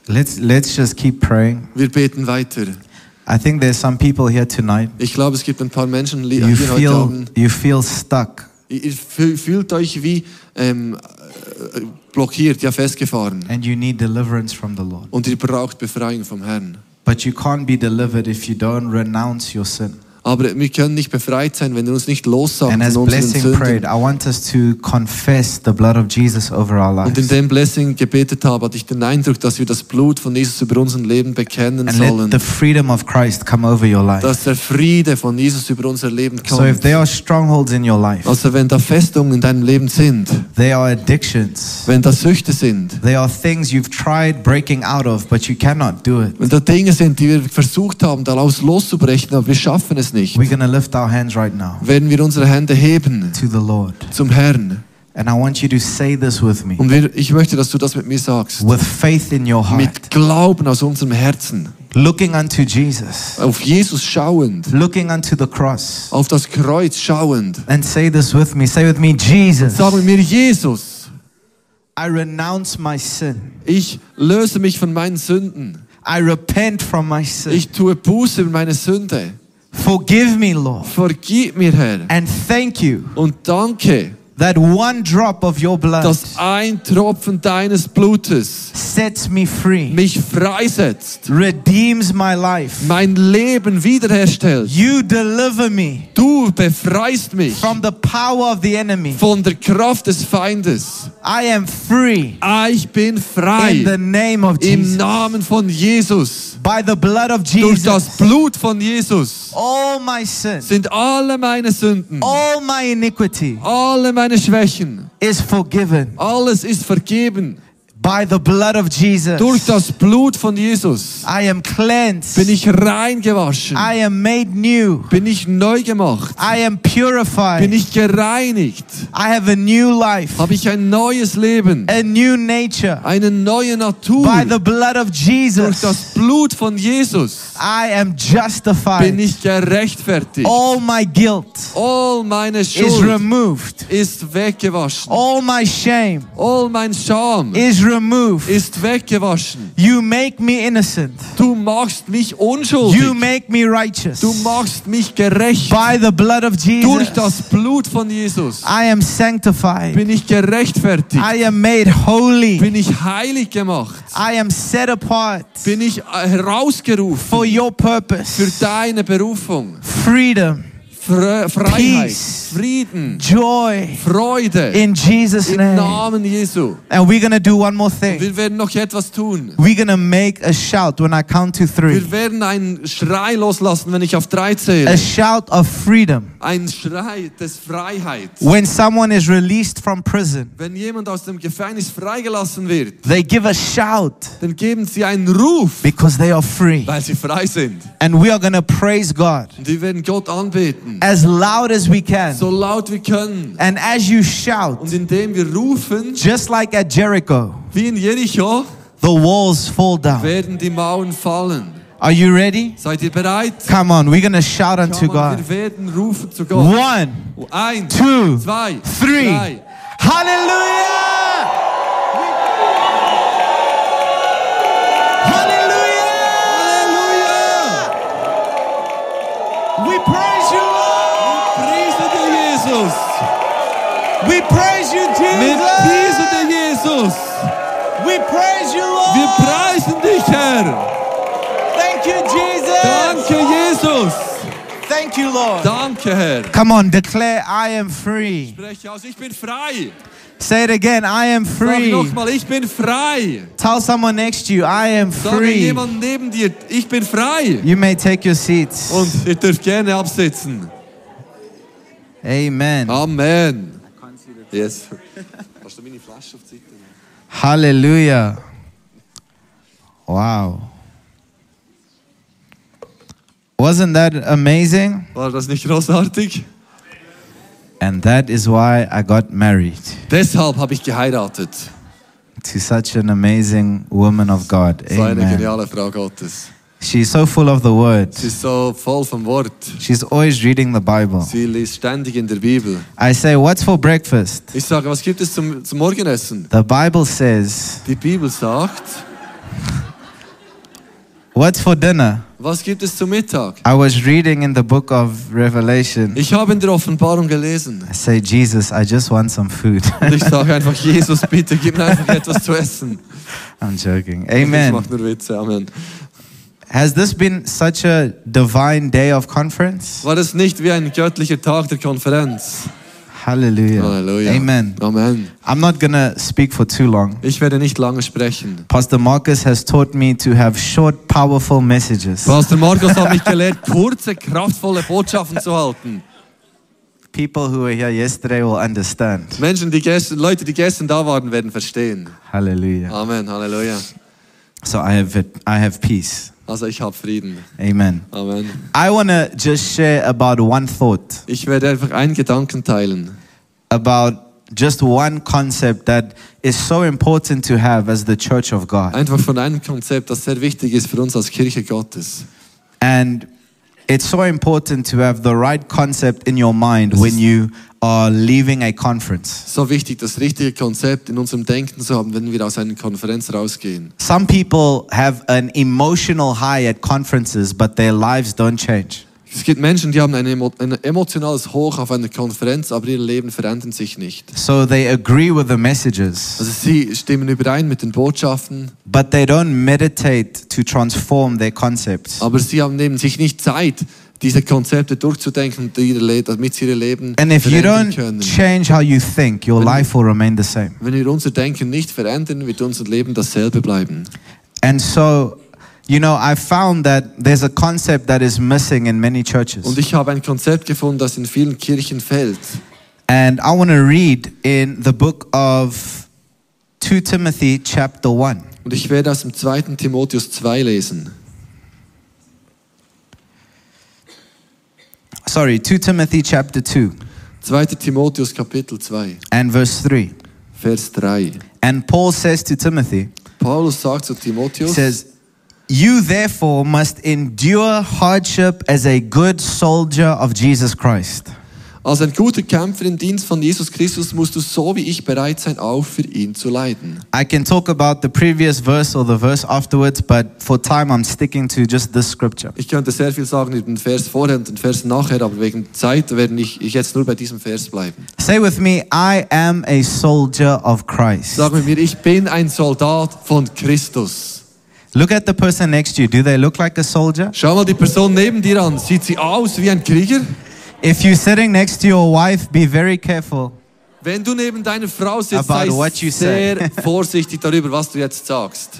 C: Let's let's just keep praying.
B: Wir beten weiter.
C: I think there's some people here tonight.
B: Ich glaube, es gibt ein paar Menschen li-
C: You
B: hier heute
C: feel
B: Abend.
C: you feel stuck
B: Ihr ihr fühl- fühlt euch wie ähm, äh, blockiert, ja festgefahren.
C: and you need deliverance from the Lord.
B: Und ihr braucht Befreiung vom Herrn.
C: But you can't be delivered if you don't renounce your sin.
B: Aber wir können nicht befreit sein, wenn wir uns nicht
C: And
B: lossagen
C: as
B: von unseren
C: blessing
B: Sünden.
C: prayed, I want us to confess the blood of Jesus over our
B: Und in
C: lives.
B: dem Blessing gebetet habe, hatte ich den Eindruck, dass wir das Blut von Jesus über unser Leben bekennen
C: And let
B: sollen.
C: the freedom of Christ come over your life.
B: dass der Friede von Jesus über unser Leben
C: So if
B: kommt.
C: there are strongholds in your life,
B: Also wenn da Festungen in deinem Leben sind,
C: there are addictions,
B: wenn da Süchte sind,
C: there are things you've tried breaking out of, but you cannot do it.
B: wenn da Dinge sind, die wir versucht haben, daraus loszubrechen, aber wir schaffen es nicht,
C: We're going to lift our hands right now
B: werden wir unsere Hände heben
C: to the Lord.
B: zum Herrn.
C: And I want you to say this with me
B: Und wir, ich möchte, dass du das mit mir sagst.
C: with faith in your
B: Mit
C: heart,
B: Glauben aus unserem Herzen.
C: looking unto Jesus,
B: Auf Jesus schauend.
C: looking unto the cross.
B: Auf das Kreuz schauend.
C: And say this with me. Say with me, Jesus,
B: Sag mit mir, Jesus,
C: I renounce my sin.
B: ich löse mich von meinen Sünden.
C: I repent from my sin.
B: Ich tue Buße über meine Sünde.
C: Forgive me, Lord.
B: Vergib mir, Herr.
C: And thank you
B: Und danke,
C: that one drop of your blood
B: dass ein Tropfen deines Blutes
C: sets me free,
B: mich freisetzt,
C: redeems my life.
B: mein Leben wiederherstellt.
C: You deliver me
B: Du befreist mich
C: from the power of the enemy.
B: von der Kraft des Feindes.
C: I am free
B: Ich bin
C: in the
B: frei
C: name of
B: im
C: Jesus.
B: Namen von Jesus.
C: By the blood of
B: Durch das
C: Jesus,
B: Blut von Jesus
C: all my sin,
B: sind alle meine Sünden,
C: all my iniquity
B: alle meine Schwächen,
C: is forgiven.
B: alles ist vergeben.
C: By the blood of Jesus,
B: Durch das Blut von Jesus
C: I am cleansed.
B: bin ich rein gewaschen,
C: I am made new.
B: bin ich neu gemacht.
C: I am
B: bin
C: purified.
B: ich gereinigt,
C: I have a new life,
B: habe ich ein neues Leben,
C: a new nature.
B: eine neue
C: By the
B: Natur.
C: blood of
B: Durch
C: Jesus,
B: das Blut von Jesus
C: I am
B: bin
C: justified.
B: ich gerechtfertigt.
C: All my guilt
B: All meine
C: is
B: Schuld
C: removed.
B: ist weggewaschen.
C: All my shame
B: All mein Scham
C: is removed.
B: ist weggewaschen.
C: You make me innocent.
B: Du machst mich
C: You
B: unschuldig.
C: make me righteous.
B: Du machst mich gerecht.
C: By the blood of
B: Durch
C: Jesus,
B: das Blut von Jesus
C: I am sanctified.
B: bin ich gerechtfertigt.
C: I am made holy.
B: Bin ich heilig gemacht.
C: I am set apart
B: Bin ich äh,
C: for
B: herausgerufen
C: your
B: für
C: purpose.
B: deine Berufung.
C: Freedom,
B: Fre Freiheit,
C: Peace.
B: Frieden,
C: joy
B: Freude
C: in Jesus'
B: im
C: name.
B: Namen Jesu.
C: And we're going to do one more thing.
B: Wir werden noch etwas tun.
C: We're going to make a shout when I count to three
B: Wir werden einen Schrei loslassen, wenn ich auf drei
C: a
B: zähle.
C: shout of freedom.
B: Ein Schrei des Freiheits.
C: When someone is released from prison,
B: Wenn jemand aus dem Gefängnis freigelassen wird,
C: they give a shout
B: dann geben sie einen Ruf,
C: because they are free.
B: weil sie frei sind.
C: And we are going to praise God
B: Und wir werden Gott anbeten,
C: as loud as we can.
B: so laut wir können.
C: And as you shout,
B: Und indem wir rufen,
C: just like at Jericho,
B: wie in Jericho,
C: the walls fall down.
B: werden die Mauern fallen.
C: Are you ready?
B: Seid ihr bereit?
C: Come on, we're going to shout unto
B: Come on,
C: God.
B: wir werden rufen zu Gott.
C: One,
B: Eins,
C: two,
B: zwei,
C: three.
B: drei.
C: Hallelujah! Hallelujah! We praise you, Lord!
B: Priesen dir Jesus!
C: We praise you,
B: Wir
C: Jesus!
B: priesen dir Jesus!
C: We praise you,
B: Wir
C: Lord!
B: preisen dich, Herr!
C: Thank you, Jesus!
B: Danke, Jesus!
C: Thank you, Lord!
B: Danke, Herr!
C: Come on, declare I am free.
B: Spreche aus, ich bin frei!
C: Say it again, I am
B: Sag
C: free.
B: nochmal, ich bin frei!
C: Tell someone next to you, I am
B: Sag
C: free.
B: jemand neben dir, ich bin frei!
C: You may take your seats.
B: Und ihr dürft gerne absitzen.
C: Amen.
B: Oh. Amen. Yes. Hast du meine Flasche auf die Seite?
C: Hallelujah. Wow. Wasn't that amazing?
B: War das nicht großartig?
C: And that is why I got married
B: Deshalb habe ich geheiratet.
C: to such an amazing woman of God.
B: So eine
C: Amen.
B: geniale Frau Gottes.
C: She's so full of the word.
B: Sie ist so voll vom Wort.
C: She's always reading the Bible.
B: Sie liest ständig in der Bibel.
C: I say, What's for breakfast?
B: Ich sage, was gibt es zum, zum Morgenessen?
C: The Bible says,
B: Die Bibel sagt,
C: What's for dinner?
B: was gibt es zum Mittag?
C: I was reading in the book of Revelation.
B: Ich habe in der Offenbarung gelesen.
C: I say, Jesus, I just want some food. (laughs)
B: Und ich sage einfach, Jesus, bitte, gib mir einfach etwas zu essen.
C: I'm joking.
B: Ich
C: (laughs) Amen.
B: mache nur Witze, Amen.
C: Has this been such a divine day of conference?
B: War das nicht wie ein göttlicher Tag der Konferenz?
C: Hallelujah.
B: Halleluja.
C: Amen.
B: Amen.
C: I'm not going to speak for too long.
B: Ich werde nicht lange sprechen.
C: Pastor Marcus has taught me to have short, powerful messages.
B: Pastor Markus hat mich gelehrt, kurze, kraftvolle Botschaften zu halten.
C: People who were here yesterday will understand.
B: Menschen, die gestern, Leute, die gestern da waren, werden verstehen.
C: Hallelujah.
B: Amen, Halleluja.
C: So I have it. I have peace.
B: Also ich habe Frieden.
C: Amen.
B: Amen.
C: I want to just share about one thought,
B: Ich werde einfach einen Gedanken teilen.
C: about just one concept that is so important to have as the church of God.
B: Einfach von einem Konzept, das sehr wichtig ist für uns als Kirche Gottes.
C: And it's so important to have the right concept in your mind when you are leaving a conference.
B: So wichtig, das richtige Konzept in unserem Denken zu haben, wenn wir aus einer Konferenz rausgehen.
C: Some people have an emotional high at conferences, but their lives don't change.
B: Es gibt Menschen, die haben ein, emo ein emotionales Hoch auf einer Konferenz, aber ihr Leben verändert sich nicht.
C: So they agree with the messages,
B: Also sie stimmen überein mit den Botschaften,
C: but they don't meditate to transform their concepts.
B: aber sie haben eben sich nicht Zeit, diese Konzepte durchzudenken, die ihr Le- damit sie ihr Leben
C: And if you
B: verändern
C: don't
B: können.
C: change how you think, your life will remain the same.
B: Wenn wir unser Denken nicht verändern, wird unser Leben dasselbe bleiben.
C: And so, you know, I found that there's a concept that is missing in many churches.
B: Und ich habe ein Konzept gefunden, das in vielen Kirchen fehlt.
C: And I want to read in the book of 2 Timothy, chapter 1.
B: Und ich werde aus dem 2. Timotheus 2 lesen.
C: Sorry, 2 Timothy, chapter 2,
B: 2. Timotheus Kapitel 2,
C: and verse 3.
B: Vers 3.
C: And Paul says to Timothy,
B: Paulus sagt zu
C: he
B: Timotheus,
C: says, You therefore must endure hardship as a good soldier of Jesus Christ.
B: als ein guter Kämpfer im Dienst von Jesus Christus musst du so wie ich bereit sein, auch für ihn zu leiden.
C: I can talk about the previous verse or the verse afterwards, but for time I'm sticking to just this scripture.
B: Ich könnte sehr viel sagen über den Vers vorher und den Vers nachher, aber wegen Zeit werde ich, ich jetzt nur bei diesem Vers bleiben.
C: Say with me, I am a soldier of Christ.
B: Sag mit mir, ich bin ein Soldat von Christus.
C: Look at the person next to you. Do they look like a soldier?
B: Schau mal die Person neben dir an. Sieht sie aus wie ein Krieger?
C: If you're sitting next to your wife, be very careful.
B: Wenn du neben deiner Frau sitzt, sei
C: About what you say. (laughs)
B: sehr vorsichtig darüber, was du jetzt sagst.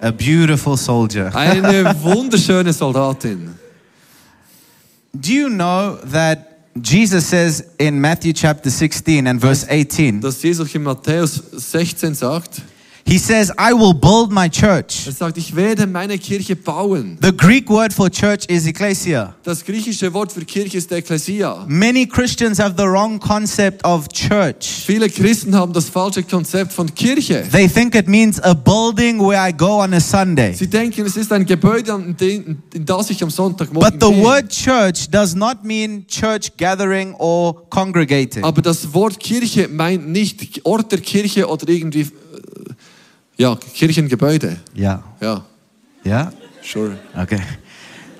C: A beautiful soldier. (laughs)
B: Eine wunderschöne Soldatin.
C: Do you know that Jesus says in Matthew chapter 16 and verse 18,
B: Dass Jesus in Matthäus 16 sagt,
C: he says, I will build my church.
B: er sagt, ich werde meine Kirche bauen.
C: The Greek word for church is ecclesia.
B: Das griechische Wort für Kirche ist Ekklesia.
C: Many Christians have the wrong concept of church.
B: Viele Christen haben das falsche Konzept von Kirche.
C: They think it means a building where I go on a Sunday.
B: Sie denken, es ist ein Gebäude, an den- in das ich am Sonntagmorgen
C: But the
B: gehe.
C: word church does not mean church gathering or congregating.
B: Aber das Wort Kirche meint nicht Ort der Kirche oder irgendwie, äh, ja, Kirchengebäude.
C: Yeah.
B: Ja,
C: Yeah.
B: sure,
C: Okay.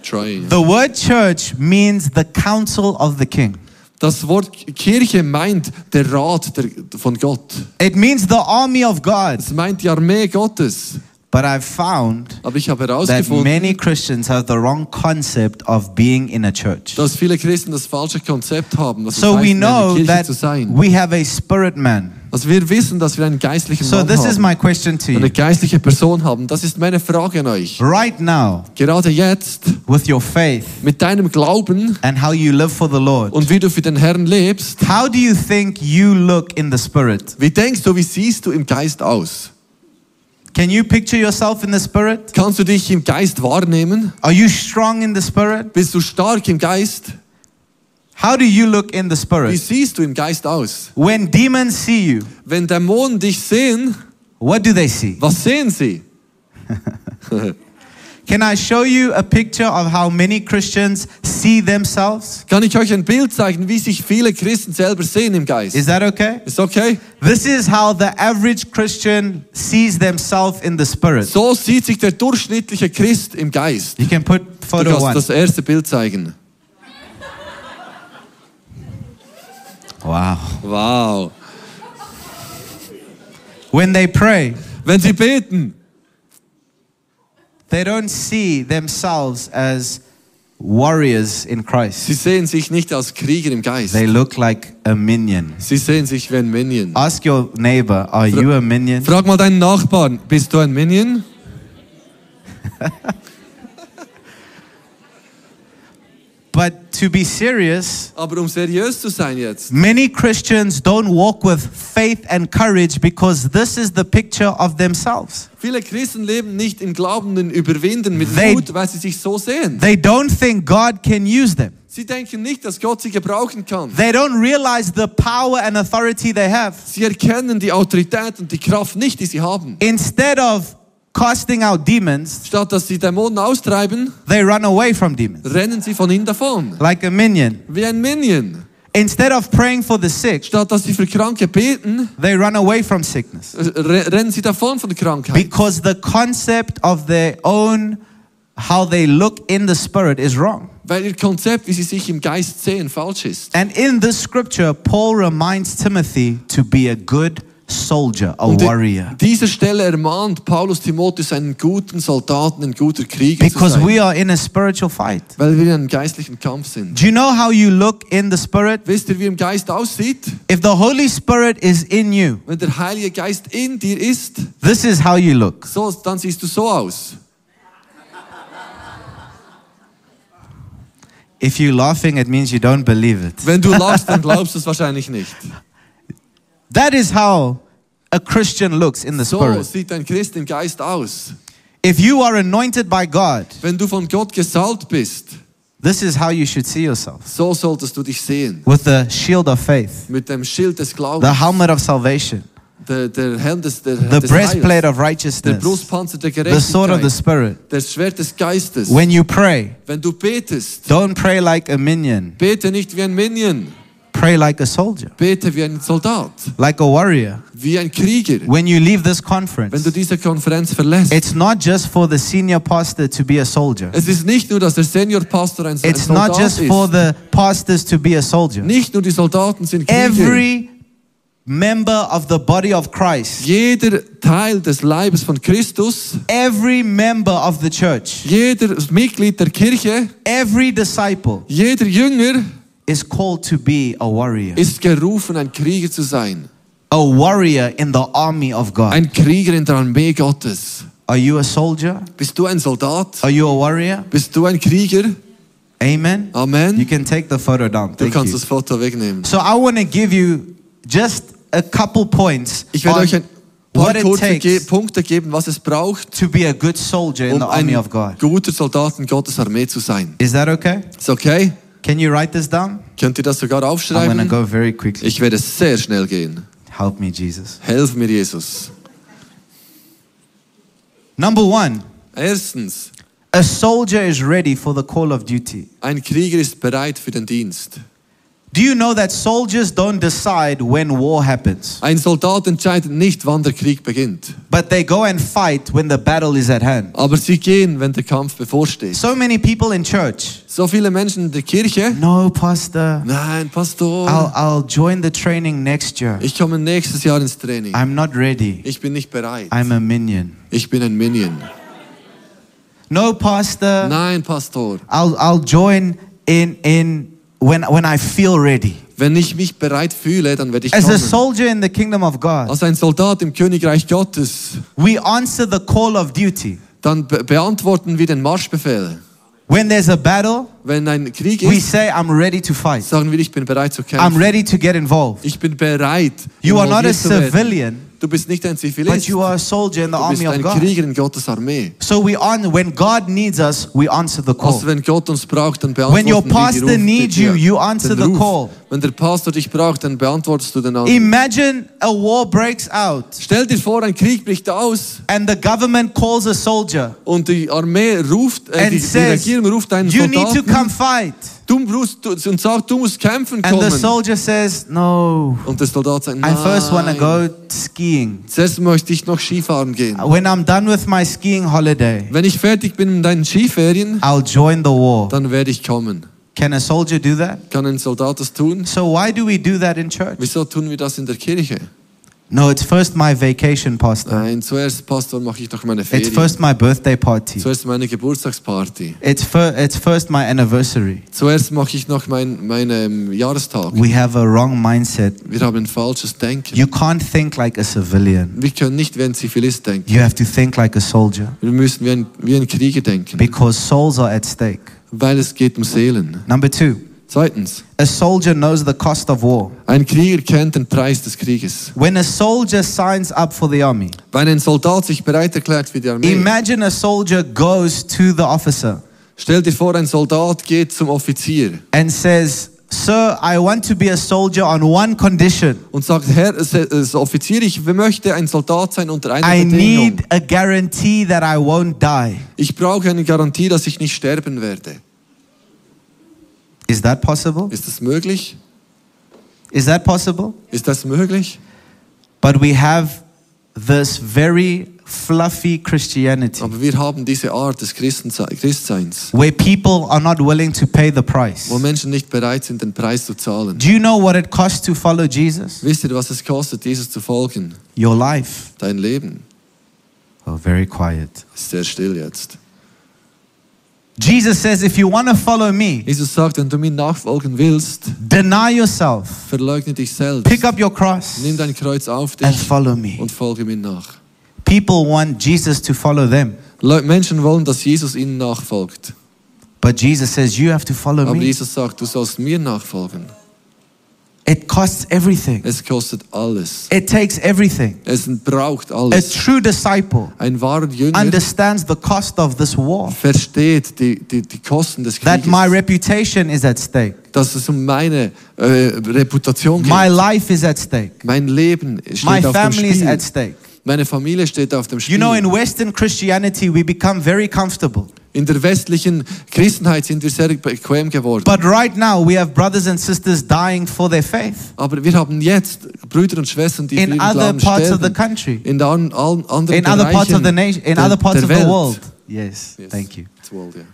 B: trying.
C: The word church means the council of the king.
B: Das Wort Kirche meint der Rat der, von Gott.
C: It means the army of God.
B: Es meint die Armee Gottes.
C: But I've found
B: Aber ich habe
C: that
B: herausgefunden,
C: many Christians have the wrong concept of being in a church.
B: dass viele Christen das falsche Konzept haben, was
C: So
B: es heißt,
C: we
B: in einer
C: know
B: Kirche
C: that
B: zu sein.
C: we have a spirit man.
B: Also wir wissen, dass wir einen geistlichen
C: So
B: Mann
C: this is
B: haben,
C: my question to
B: eine
C: you.
B: geistliche Person haben. Das ist meine Frage an euch.
C: Right now,
B: Gerade jetzt,
C: with your faith
B: mit deinem Glauben
C: and how you live for the Lord,
B: und wie du für den Herrn lebst,
C: how do you think you look in the spirit?
B: wie denkst du, wie siehst du im Geist aus?
C: Can you picture yourself in the spirit?
B: Kannst du dich im Geist wahrnehmen?
C: Are you strong in the spirit?
B: Bist du stark im Geist?
C: How do you look in the
B: Wie
C: spirit?
B: siehst du im Geist aus?
C: When demons see you,
B: Wenn Dämonen dich sehen,
C: what do they see?
B: was sehen sie?
C: Can I show you a picture of how many Christians see themselves?
B: Kann ich euch ein Bild zeigen, wie sich viele Christen selber sehen im Geist?
C: Is that okay?
B: Ist okay?
C: This is how the average Christian sees themselves in the spirit.
B: So sieht sich der durchschnittliche Christ im Geist.
C: You can put
B: Du
C: photo
B: kannst
C: one.
B: das erste Bild zeigen.
C: Wow.
B: Wow.
C: When they pray,
B: Wenn sie beten,
C: they don't see themselves as warriors in
B: sie
C: Christ.
B: sehen sich nicht als Krieger im Geist.
C: They look like a minion.
B: Sie sehen sich wie ein Minion.
C: Ask your neighbor, are you a minion?
B: Frag mal deinen Nachbarn, bist du ein Minion?
C: But to be serious,
B: Aber um seriös zu sein jetzt.
C: many Christians don't walk with faith and courage because this is the picture of themselves.
B: Viele Christen leben nicht im Glaubenden überwinden mit
C: They-
B: Mut, weil sie sich so sehen.
C: They don't think God can use them.
B: Sie denken nicht, dass Gott sie gebrauchen kann.
C: They don't realize the power and authority they have.
B: Sie erkennen die Autorität und die Kraft nicht, die sie haben.
C: Instead of casting out demons,
B: Statt dass sie Dämonen austreiben,
C: they run away from demons
B: rennen sie von ihnen davon.
C: like a minion.
B: Wie ein Minion.
C: Instead of praying for the sick,
B: Statt dass sie für Kranke beten,
C: they run away from sickness
B: re- rennen sie davon von der Krankheit.
C: because the concept of their own how they look in the spirit is wrong.
B: Weil ihr Konzept, wie sie sich im Geist sehen, falsch ist.
C: And in this scripture, Paul reminds Timothy to be a good soldier, a
B: Und
C: warrior.
B: an dieser Stelle ermahnt Paulus Timotheus einen guten Soldaten, ein guter Krieger zu
C: Because
B: sein,
C: we are in a spiritual fight.
B: weil wir in einem geistlichen Kampf sind.
C: Do you know how you look in the Spirit?
B: Wisst ihr, wie im Geist aussieht?
C: If the Holy Spirit is in you,
B: Wenn der Heilige Geist in dir ist,
C: this is how you look.
B: so, dann siehst du so aus.
C: If you're laughing, it means you don't believe it.
B: Wenn du lachst, dann glaubst du es wahrscheinlich nicht.
C: That is how a Christian looks in the
B: So
C: Spirit.
B: sieht ein Christ im Geist aus.
C: If you are anointed by God,
B: Wenn du von Gott gesalbt bist,
C: this is how you should see yourself
B: so solltest du dich sehen.
C: with the shield of faith,
B: Mit dem Schild des
C: the
B: Glaubens,
C: helmet of salvation,
B: der, der Helm des, der,
C: the
B: des Heils,
C: breastplate of
B: der
C: righteousness,
B: Brustpanzer der
C: the sword of the
B: Gerechtigkeit,
C: Spirit.
B: das Schwert des Geistes.
C: When you pray,
B: Wenn du betest,
C: don't pray like a minion,
B: Bete nicht wie ein Minion,
C: pray like a soldier,
B: bete wie ein Soldat,
C: like a warrior.
B: wie ein Krieger.
C: When you leave this
B: Wenn
C: conference,
B: du diese Konferenz verlässt,
C: It's not just for the senior pastor to be a soldier.
B: es ist nicht nur, dass der Seniorpastor ein, ein
C: It's not
B: Soldat
C: just for
B: ist.
C: the pastors to be a soldier.
B: Nicht nur die Soldaten sind Krieger.
C: Every member of the body of Christ,
B: Jeder Teil des Leibes von Christus,
C: every member of the church,
B: jeder Mitglied der Kirche,
C: every disciple
B: jeder Jünger
C: is called to be a warrior.
B: ist gerufen, ein Krieger zu sein.
C: A warrior in the army of God.
B: Ein Krieger in der Armee Gottes.
C: Are you a soldier?
B: Bist du ein Soldat?
C: Are you a warrior?
B: Bist du ein Krieger?
C: Amen.
B: Amen.
C: You can take the photo down.
B: Du
C: Thank
B: kannst
C: you.
B: das Foto wegnehmen.
C: So I want to give you just a couple points
B: Ich werde
C: on
B: euch ein paar
C: what it
B: kurze Ge
C: takes
B: Punkte geben, was es braucht,
C: to be a good soldier in
B: um
C: the army
B: ein
C: of God.
B: guter Soldat in Gottes Armee zu sein.
C: Is that okay?
B: Ist okay?
C: Can you write this down?
B: Könnt ihr das sogar
C: I'm going to
B: aufschreiben?
C: go very quickly.
B: Ich werde sehr schnell gehen.
C: Help me, Jesus.
B: Helf mir, Jesus.
C: Number one,
B: Erstens,
C: a soldier is ready for the call of duty.
B: ein Krieger ist bereit für den Dienst.
C: Do you know that soldiers don't decide when war happens,
B: Ein Soldat entscheidet nicht, wann der Krieg beginnt.
C: but they go and fight when the battle is at hand?
B: Aber sie gehen, wenn der Kampf bevorsteht.
C: So many people in church.
B: So viele Menschen in der Kirche.
C: No, Pastor,
B: Nein, Pastor,
C: I'll, I'll join the training next year.
B: ich komme nächstes Jahr ins Training.
C: I'm not ready.
B: Ich bin nicht bereit.
C: I'm a minion.
B: Ich bin ein Minion.
C: No, Pastor,
B: Nein, Pastor,
C: I'll, I'll join in, in when, when I feel ready.
B: wenn ich mich bereit fühle, dann werde ich
C: As a
B: kommen.
C: soldier in the kingdom of God,
B: Als ein Soldat im Königreich Gottes,
C: we answer the call of duty.
B: dann be beantworten wir den Marschbefehl.
C: When there's a battle,
B: Wenn ein Krieg
C: we
B: ist,
C: say, I'm ready to fight.
B: sagen wir, ich bin bereit zu
C: I'm
B: kämpfen.
C: ready to get involved.
B: Ich bin bereit. um
C: You are not a
B: involviert zu werden.
C: civilian,
B: Du bist nicht ein
C: but
B: Zivilist.
C: you are a soldier in
B: Du
C: the army
B: bist
C: of
B: ein
C: God.
B: Krieger in Gottes Armee.
C: So we on when God needs us, we answer the call.
B: Also wenn Gott uns braucht, dann beantworten
C: When your
B: wir die
C: pastor
B: Ruf- die-
C: needs
B: die-
C: you, you
B: den
C: answer the
B: Ruf.
C: call.
B: Wenn der Pastor dich braucht, dann beantwortest du den anderen.
C: Imagine a war breaks out
B: Stell dir vor, ein Krieg bricht aus
C: and the government calls a soldier
B: und die Armee ruft, äh,
C: and
B: die, die
C: says,
B: Regierung ruft einen
C: You need to
B: Soldaten
C: come fight.
B: du musst, du, und sagt, du musst kämpfen
C: And the
B: kommen.
C: soldier says, No,
B: und der Soldat sagt,
C: I first want to
B: nein,
C: go skiing.
B: zuerst möchte ich noch Skifahren gehen.
C: When I'm done with my skiing holiday,
B: Wenn ich fertig bin mit deinen Skiferien,
C: I'll join the war.
B: dann werde ich kommen.
C: Can a soldier do that?
B: Kann ein Soldat das tun?
C: So why do we do that in church?
B: Wieso tun wir das in der Kirche?
C: No, it's first my vacation, pastor.
B: Nein, zuerst, Pastor, mache ich doch meine
C: It's
B: Ferien.
C: first my birthday party.
B: Zuerst meine Geburtstagsparty.
C: It's, fir- it's first my anniversary.
B: Zuerst mache ich noch mein, meinen Jahrestag.
C: We have a wrong mindset.
B: Wir haben ein falsches Denken.
C: You can't think like a civilian.
B: Wir können nicht wie ein Zivilist denken.
C: You have to think like a soldier
B: Wir müssen wie ein, wie ein Krieger denken,
C: because souls are at stake.
B: weil es geht um Seelen.
C: Number two,
B: Zweitens,
C: a soldier knows the cost of war.
B: ein Krieger kennt den Preis des Krieges.
C: When a soldier signs up for the army,
B: Wenn ein Soldat sich bereit erklärt für die Armee,
C: imagine a soldier goes to the officer
B: stell dir vor, ein Soldat geht zum Offizier
C: and says, Sir, I want to be a soldier on one condition
B: und sagt, Herr äh, äh, Offizier, ich möchte ein Soldat sein unter einer
C: I
B: Bedingung.
C: need a guarantee that I won't die.
B: Ich brauche eine Garantie, dass ich nicht sterben werde.
C: Is that possible?
B: Ist das möglich?
C: Is that possible?
B: Ist das möglich?
C: But we have this very fluffy Christianity
B: Aber wir haben diese Art des Christense- Christseins,
C: where people are not willing to pay the price.
B: wo Menschen nicht bereit sind, den Preis zu zahlen.
C: Do you know what it costs to follow Jesus?
B: Wisst ihr, was es kostet, Jesus zu folgen?
C: Your life.
B: Dein Leben
C: Oh, very quiet.
B: ist sehr still jetzt.
C: Jesus says, if you want to follow me,
B: Jesus sagt, wenn du mir nachfolgen willst,
C: deny yourself,
B: verleugne dich selbst,
C: pick up your cross,
B: nimm dein Kreuz auf
C: and
B: dich
C: follow me.
B: und folge mir nach.
C: People want Jesus to follow them,
B: Leu- Menschen wollen, dass Jesus ihnen nachfolgt.
C: but Jesus says, you have to follow
B: Aber
C: me.
B: Jesus sagt, du sollst mir nachfolgen.
C: It costs everything,
B: Es kostet alles.
C: it takes everything.
B: Es braucht
C: A
B: alles.
C: true disciple
B: Ein wahrer Jünger
C: understands the cost of this war.
B: versteht die, die, die Kosten des
C: that my
B: Krieges,
C: reputation is at stake.
B: dass es um meine äh, Reputation
C: My
B: geht.
C: life is at stake.
B: Mein Leben
C: My
B: steht auf dem
C: family is
B: Spiel.
C: at stake.
B: Meine Familie steht auf dem
C: You know, in
B: Spiel.
C: Western Christianity, we become very comfortable.
B: In der westlichen Christenheit sind wir sehr bequem geworden.
C: But right now, we have brothers and sisters dying for their faith.
B: Aber wir haben jetzt Brüder und Schwestern, die für
C: In
B: ihren
C: other
B: Glauben
C: parts of the
B: sterben.
C: country,
B: In an, allen anderen
C: in other parts of the
B: Bereichen
C: nation, in
B: der-
C: other parts
B: der
C: of the
B: Welt.
C: world. Yes,
B: Yes,
C: thank you.
B: it's world, yeah.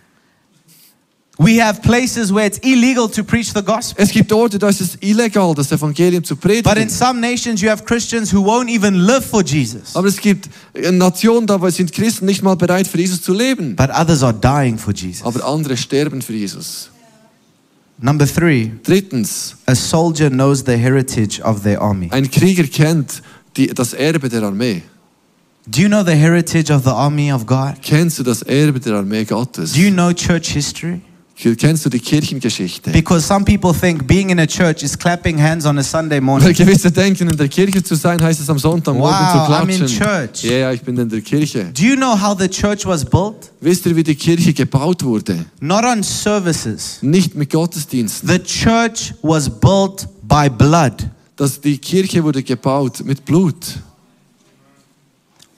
C: We have places where it's illegal to preach the gospel.
B: Es gibt Orte, da ist es illegal, das Evangelium zu
C: But in
B: predigen.
C: some nations, you have Christians who won't even live for Jesus.
B: Aber es gibt äh, Nationen, da sind Christen nicht mal bereit, für Jesus zu leben.
C: But others are dying for Jesus.
B: Aber andere sterben für Jesus.
C: Number three,
B: Drittens,
C: a soldier knows the heritage of their army.
B: ein Krieger kennt die, das Erbe der Armee.
C: Do you know the heritage of the army of God?
B: Kennst du das Erbe der Armee Gottes?
C: Do you know church history?
B: Kennst du die Kirchengeschichte?
C: Because some people think being in a church is clapping hands on a Sunday
B: Weil
C: morning.
B: gewisse denken, in der Kirche zu sein, heißt es am Sonntagmorgen
C: Wow, I'm in
B: zu klatschen.
C: church.
B: Ja, ja, ich bin in der Kirche.
C: Do you know how the church was built?
B: Wisst ihr, wie die Kirche gebaut wurde?
C: Not on services.
B: Nicht mit Gottesdiensten.
C: The church was built by blood.
B: Das, die Kirche wurde gebaut mit Blut.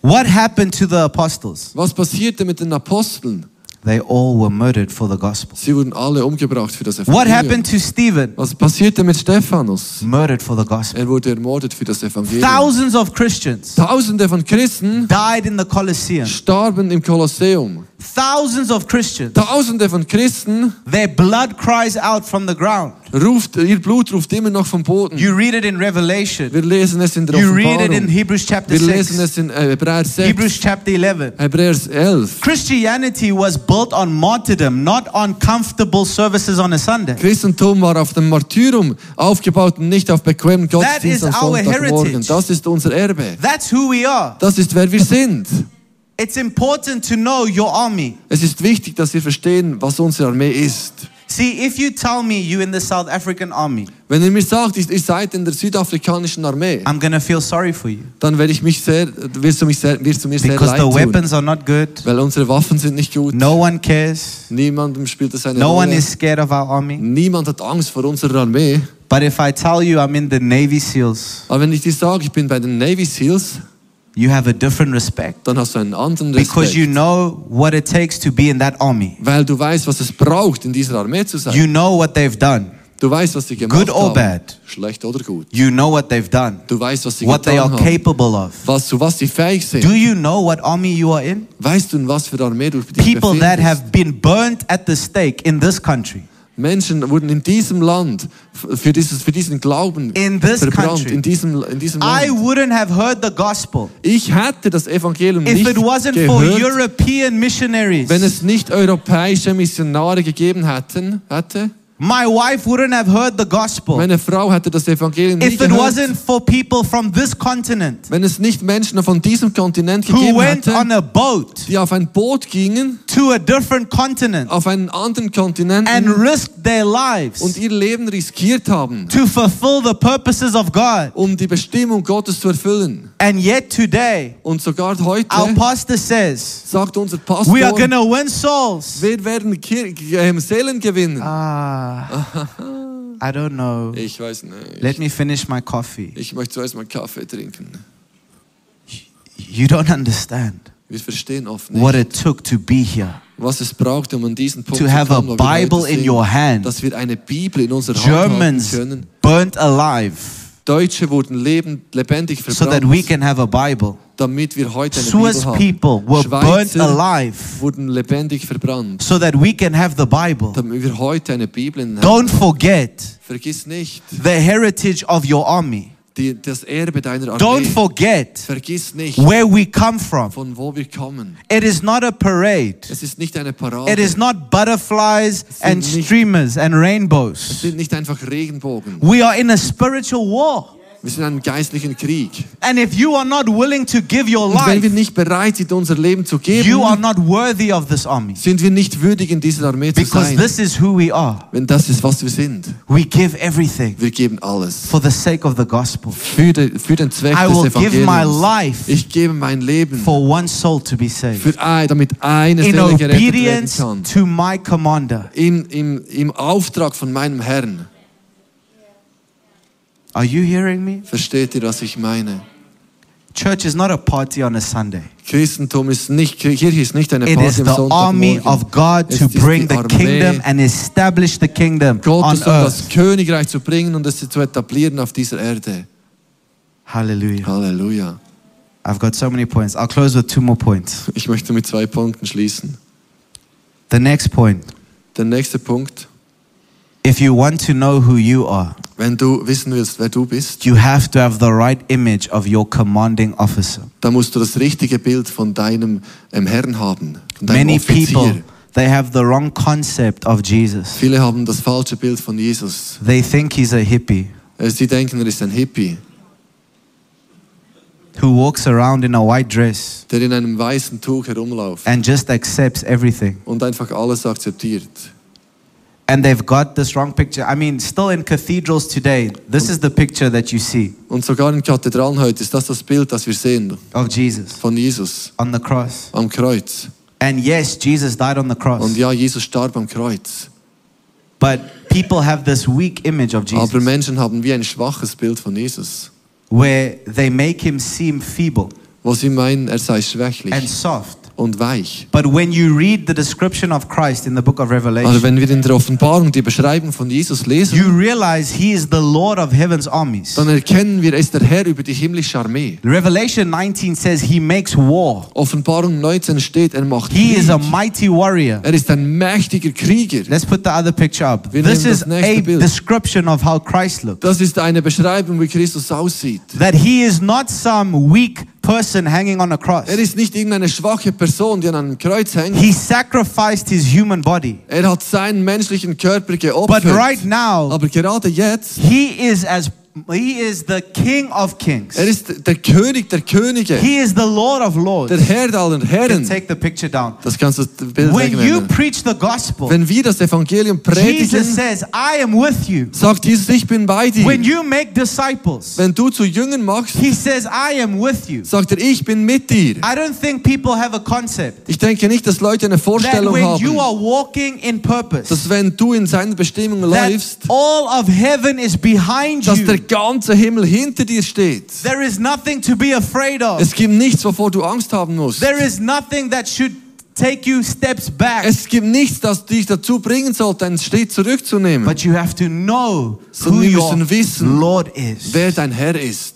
C: What happened to the apostles?
B: Was passierte mit den Aposteln?
C: They all were murdered for the gospel.
B: Sie wurden alle umgebracht für das
C: What
B: Evangelium.
C: happened to Stephen?
B: Was passierte mit Stephanus?
C: Murdered for the gospel.
B: Er wurde ermordet für das Evangelium.
C: Thousands of Christians
B: Tausende von Christen
C: died in the Colosseum.
B: starben im Kolosseum.
C: Thousands of Christians,
B: Tausende von Christen
C: their blood cries out from the ground.
B: ruft, ihr Blut ruft immer noch vom Boden.
C: You read it in Revelation.
B: Wir lesen es in der
C: You read it in
B: Offenbarung.
C: Hebrews chapter
B: Wir lesen
C: 6,
B: es in äh, Hebräer 6,
C: Hebrews chapter 11.
B: Hebräer 11.
C: Christianity was built on martyrdom, not on comfortable services on a Sunday.
B: Christentum war auf dem Martyrium aufgebaut und nicht auf bequemen Gottesdienst am
C: is our
B: Sonntagmorgen.
C: heritage.
B: Das ist unser Erbe.
C: That's who we are.
B: Das ist, wer wir sind.
C: It's important to know your army.
B: Es ist wichtig, dass wir verstehen, was unsere Armee ist.
C: See, if you tell me you in the South African army,
B: Wenn ihr mir sagt, ich- ihr seid in der südafrikanischen Armee,
C: I'm gonna feel sorry for you
B: dann werde ich mich sehr, wirst du, mich sehr, wirst du mir sehr
C: because
B: leid
C: the
B: tun.
C: weapons are not good.
B: Weil unsere Waffen sind nicht gut.
C: No one cares.
B: Niemandem spielt es eine
C: No one
B: Rolle.
C: is scared of our army.
B: Niemand hat Angst vor unserer Armee.
C: But if I tell you I'm in the Navy SEALs,
B: Aber wenn ich dir sage, ich bin bei den Navy Seals,
C: you have a different respect
B: dann hast du einen anderen Respekt.
C: because you know what it takes to be in that army.
B: weil du weißt, was es braucht, in dieser Armee zu sein.
C: You know what they've done.
B: du weißt, was sie gemacht
C: Good or
B: haben.
C: bad?
B: Schlecht oder gut.
C: You know what they've done.
B: Du weißt, was sie
C: What they
B: getan
C: are
B: haben.
C: capable of.
B: Was, zu was sie fähig sind.
C: Do you know what army you are in?
B: weißt du, in was für Armee du dich
C: People
B: befindest?
C: that have been burnt at the stake in this country.
B: Menschen wurden in diesem Land f- für, dieses, für diesen Glauben
C: In this
B: verbrannt.
C: country.
B: In diesem, in diesem
C: I
B: Land.
C: wouldn't have heard the gospel
B: Ich hätte das Evangelium
C: if
B: nicht
C: it wasn't for
B: gehört,
C: European
B: wenn
C: missionaries.
B: es nicht europäische Missionare gegeben hätten, hätte.
C: My wife wouldn't have heard the gospel
B: Meine Frau hätte das Evangelium nicht
C: if it
B: gehört.
C: wasn't for people from this continent
B: wenn es nicht Menschen von diesem Kontinent
C: who
B: gegeben
C: went on
B: hätte,
C: a boat
B: die auf ein Boot gingen,
C: to a different continent
B: auf einen anderen Kontinent
C: and risked their
B: und
C: lives
B: ihr Leben riskiert haben,
C: to fulfill the purposes of God.
B: um die Bestimmung Gottes zu erfüllen.
C: And yet today,
B: Und sogar
C: our
B: heute
C: pastor says,
B: sagt unser Pastor,
C: we are going to win souls.
B: wir werden Kir ähm, Seelen gewinnen.
C: Ah, I don't know.
B: Ich weiß nicht.
C: Let me finish my coffee.
B: Ich möchte zuerst mal Kaffee trinken.
C: You don't understand
B: Wir verstehen oft
C: what
B: nicht,
C: it took to be here.
B: was es braucht, um an diesen Punkt
C: To
B: zu
C: have a
B: kommen, wo wir heute
C: Bible in
B: sind,
C: your hand.
B: dass wir eine Bibel in unserer Hand haben
C: Germans
B: können.
C: burnt alive
B: Deutsche wurden lebend, lebendig verbrannt,
C: so that we can have a Bible.
B: damit wir heute eine
C: Swiss
B: Bibel haben.
C: people were burnt
B: Schweizer
C: alive
B: wurden lebendig verbrannt,
C: so that we can have the Bible.
B: damit wir heute eine Bibel in haben.
C: Don't forget
B: Vergiss nicht
C: the heritage of your army.
B: die, das Erbe deiner Armee.
C: Don't forget
B: Vergiss nicht,
C: where we come from.
B: von wo wir kommen.
C: It is not a parade.
B: Es ist nicht eine Parade.
C: It is not butterflies and
B: sind nicht-
C: streamers and
B: es
C: rainbows.
B: sind nicht einfach Regenbogen.
C: We are in a spiritual war.
B: Wir sind in einem geistlichen Krieg.
C: And if you are not willing to give your
B: Und wenn wir
C: life,
B: nicht bereit sind, unser Leben zu geben,
C: you are not worthy of this army.
B: sind wir nicht würdig, in dieser Armee zu
C: Because
B: sein.
C: this is who we are.
B: Wenn das ist, was wir sind.
C: We give everything
B: Wir geben alles.
C: for the sake of the gospel.
B: Für, de, für den Zweck des
C: I will give my
B: Evangeliums.
C: life
B: Ich gebe mein Leben,
C: for one soul to be
B: für
C: saved.
B: ein, damit eine
C: In
B: Seele gerettet werden
C: obedience
B: kann.
C: to my commander.
B: Im, im, Im Auftrag von meinem Herrn.
C: Are you hearing me?
B: Versteht ihr, was ich meine?
C: Church is not a party on a Sunday.
B: Christentum ist nicht, Kirche ist nicht eine
C: It is
B: Party am
C: the army
B: Sonntagmorgen.
C: of God
B: Es
C: to
B: ist die
C: bring the
B: Armee
C: kingdom and establish the kingdom on
B: Gottes, um das
C: earth.
B: Königreich zu bringen und es zu etablieren auf dieser Erde.
C: Hallelujah.
B: Halleluja.
C: I've got so many points. I'll close with two more points.
B: Ich möchte mit zwei Punkten schließen.
C: The next point
B: Der nächste Punkt,
C: If you want to know who you are,
B: wenn du wissen willst, wer du bist,
C: you have to have the right image of your commanding officer.
B: dann musst du das richtige Bild von deinem ähm, Herrn haben, von deinem
C: Many
B: Offizier.
C: people, they have the wrong concept of Jesus.
B: Viele haben das falsche Bild von Jesus.
C: They think he's a hippie
B: Äh, Sie denken, er ist ein Hippie,
C: who walks around in a white dress
B: der in einem weißen Tuch herumläuft
C: and just accepts everything.
B: und einfach alles akzeptiert.
C: And they've got this wrong picture. I mean, still in cathedrals today, this is the picture that you see
B: Und sogar in Kathedralen heute ist das das Bild, das wir sehen
C: of Jesus
B: von Jesus
C: on the cross.
B: am Kreuz.
C: And yes, Jesus died on the
B: Und
C: cross.
B: ja, Jesus starb am Kreuz.
C: But people have this weak image of
B: Aber
C: Jesus
B: Menschen haben wie ein schwaches Bild von Jesus,
C: where they make him seem feeble
B: wo sie meinen, er sei schwächlich
C: and soft.
B: und weich.
C: But when you read the description of Christ in the book of
B: Aber
C: Revelation,
B: wenn wir in der Offenbarung die Beschreibung von Jesus lesen,
C: you realize he is the Lord of heaven's armies.
B: dann erkennen wir, er ist der Herr über die himmlische Armee.
C: Revelation 19 says he makes war.
B: Offenbarung 19 steht, er macht
C: He
B: Krieg.
C: is a mighty warrior.
B: Er ist ein mächtiger Krieger.
C: Let's put the other picture up.
B: Wir
C: This
B: nehmen
C: is
B: das nächste
C: a
B: Bild.
C: description of how Christ looked.
B: Das ist eine Beschreibung, wie Christus aussieht.
C: That he is not some weak person hanging on a cross.
B: Er ist nicht irgendeine schwache Person, die an einem Kreuz hängt.
C: He sacrificed his human body.
B: Er hat seinen menschlichen Körper
C: But
B: geopfert.
C: right now,
B: Aber gerade jetzt,
C: he is as he is the king of kings.
B: er ist der König der Könige,
C: He is the Lord of lords.
B: der Herr aller Herren.
C: Take the picture down.
B: Das ganze Bild
C: When you
B: wegnehmen.
C: preach the gospel,
B: Wenn wir das Evangelium
C: Jesus
B: predigen,
C: says, I am with you.
B: sagt Jesus, ich bin bei dir.
C: When you make disciples,
B: Wenn du zu Jüngern machst,
C: He says, I am with you.
B: sagt er, ich bin mit dir.
C: I don't think people have a concept
B: Ich denke nicht, dass Leute eine
C: that
B: Vorstellung
C: when you
B: haben,
C: are walking in purpose,
B: dass wenn du in seiner Bestimmung
C: that
B: läufst,
C: all of heaven is behind
B: dass der
C: you.
B: ganze Himmel hinter dir steht.
C: There is nothing to be afraid of.
B: Es gibt nichts, wovor du Angst haben musst.
C: There is nothing that should take you steps back.
B: Es gibt nichts, das dich dazu bringen sollte, einen Schritt zurückzunehmen,
C: But you have to know who
B: Sondern wir
C: your
B: müssen wissen,
C: Lord is.
B: wer dein Herr ist.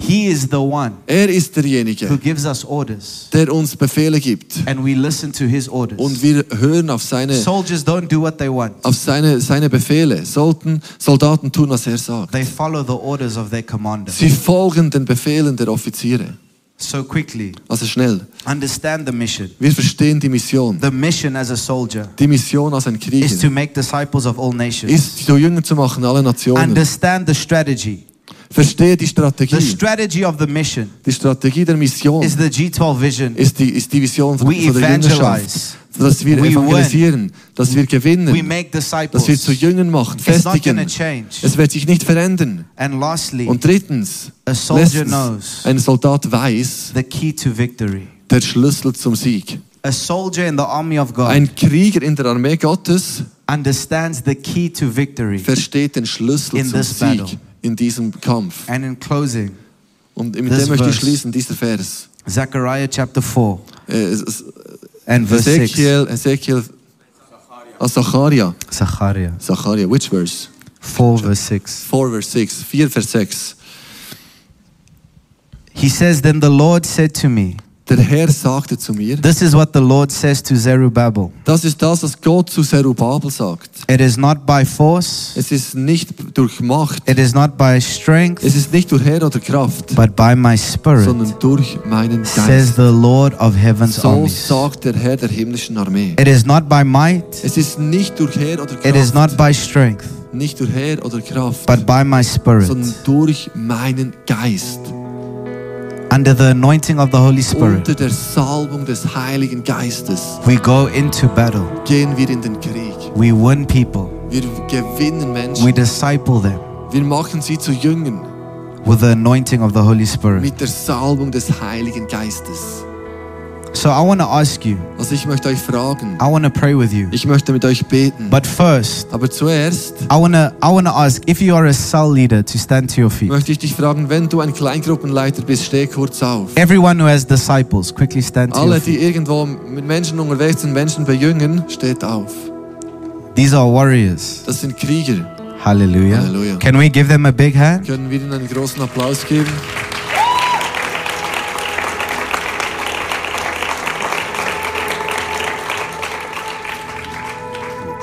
C: He is the one
B: Er ist
C: who
B: derjenige,
C: gives us orders,
B: der uns Befehle gibt.
C: and we listen to His
B: Und
C: orders.
B: wir hören auf seine,
C: Soldiers don't do what they want.
B: auf seine, seine Befehle. Sollten Soldaten tun, was er sagt.
C: They follow the orders of their commander.
B: Sie folgen den Befehlen der Offiziere.
C: So quickly,
B: Also schnell.
C: understand the mission.
B: Wir verstehen die Mission.
C: The mission as a soldier
B: Die Mission als ein
C: is to
B: Krieger
C: make disciples of all nations.
B: ist, zu Jünger zu machen, alle Nationen.
C: Understand the strategy.
B: Verstehe die
C: The
B: Strategie.
C: strategy of the mission
B: Die Strategie der Mission
C: is the G12 vision.
B: ist die, ist die Vision von,
C: We
B: von der
C: evangelize.
B: Jüngerschaft. Dass wir
C: We win.
B: evangelisieren, dass wir gewinnen,
C: We make
B: dass
C: disciples.
B: wir zu Jüngern machen,
C: It's not
B: festigen.
C: gonna change.
B: Es wird sich nicht verändern.
C: And lastly,
B: Und drittens,
C: A soldier
B: letztens,
C: knows.
B: ein Soldat weiß,
C: the key to victory.
B: der Schlüssel zum Sieg.
C: A soldier in the army of God
B: Ein Krieger in der Armee Gottes
C: understands the key to victory.
B: versteht den Schlüssel
C: In
B: zum
C: this
B: Sieg
C: battle.
B: in diesem Kampf.
C: And in closing,
B: Und mit
C: This
B: dem möchte ich
C: verse.
B: schließen, dieser Vers.
C: Zechariah chapter 4
B: Äh, es- es-
C: and verse 6.
B: Ezekiel, Ezekiel, ah, Zacharia.
C: Zechariah
B: Zacharia, which verse?
C: 4 verse 6.
B: 4 Vers 6, 4 Vers 6.
C: He says, Then the Lord said to me,
B: Der Herr sagte zu mir,
C: This is what the Lord says to Zerubbabel.
B: das ist das, was Gott zu Zerubabel sagt.
C: It is not by force,
B: Es ist nicht durch Macht,
C: it is not by strength,
B: es ist nicht durch Herr oder Kraft,
C: but by my spirit,
B: sondern durch meinen
C: says
B: Geist.
C: the Lord of heaven's
B: So
C: armies.
B: sagt der Herr der himmlischen Armee.
C: It is not by might,
B: Es ist nicht durch Herr oder
C: it is
B: Kraft,
C: not by strength,
B: nicht durch Herr oder Kraft,
C: but by my spirit,
B: sondern durch meinen Geist.
C: under the anointing of the Holy Spirit.
B: Unter der Salbung des Heiligen Geistes
C: We go into battle,
B: gehen wir in den Krieg.
C: we win people,
B: Wir gewinnen
C: we
B: Menschen.
C: disciple them
B: Wir machen sie zu Jüngern
C: with the anointing of the Holy Spirit.
B: mit der Salbung des Heiligen Geistes.
C: So I want to ask you,
B: Also ich möchte euch fragen,
C: I want to pray with you,
B: ich möchte mit euch beten.
C: but first,
B: Aber zuerst
C: I want to I want to ask if you are a cell leader to stand to your feet.
B: möchte ich dich fragen, wenn du ein Kleingruppenleiter bist, steh kurz auf.
C: Everyone who has disciples, quickly stand to your
B: Alle,
C: feet.
B: die irgendwo mit Menschen unterwegs sind, Menschen bejüngen, steht auf.
C: These are warriors.
B: Das sind Krieger.
C: Hallelujah.
B: Hallelujah.
C: Can we give them a big hand?
B: Können wir ihnen einen großen Applaus geben?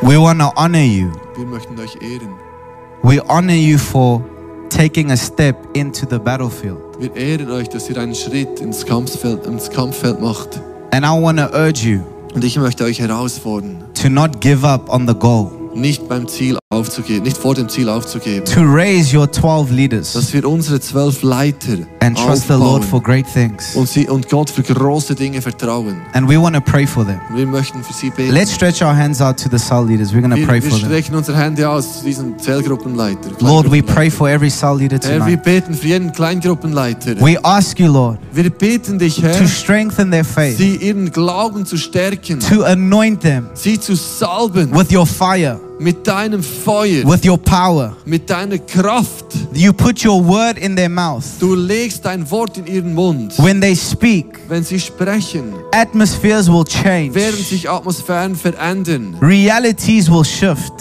C: We want to honor you.
B: Wir möchten euch ehren.
C: We honor you for taking a step into the battlefield.
B: Wir ehren euch, dass ihr einen Schritt ins Kampffeld, ins Kampffeld macht.
C: And I want to urge you
B: Und ich möchte euch herausfordern,
C: to not give up on the goal,
B: nicht beim Ziel aufzugeben, nicht vor dem Ziel aufzugeben.
C: to raise your 12 leaders
B: Dass wir unsere zwölf Leiter
C: and trust the Lord for
B: aufbauen
C: great things.
B: und, sie, und Gott für große Dinge vertrauen.
C: And we want to pray for them.
B: Und wir möchten für sie beten.
C: Let's stretch our hands out to the cell leaders. We're going to
B: Wir,
C: pray
B: wir
C: for them.
B: strecken unsere Hände aus zu diesen Zellgruppenleiter.
C: Lord, we
B: Kleingruppenleiter.
C: pray for every cell leader
B: Herr, wir
C: tonight.
B: beten für jeden Kleingruppenleiter.
C: We ask you, Lord,
B: Wir beten dich, Herr,
C: to strengthen their faith,
B: sie ihren Glauben zu stärken,
C: to anoint them
B: sie zu salben
C: with your fire,
B: mit deinem Feuer,
C: with your power.
B: mit deiner Kraft.
C: You put your word in their mouth.
B: Du legst dein Wort in ihren Mund.
C: When they speak,
B: Wenn sie sprechen,
C: atmospheres will change,
B: werden sich Atmosphären verändern. (laughs)
C: realities will shift,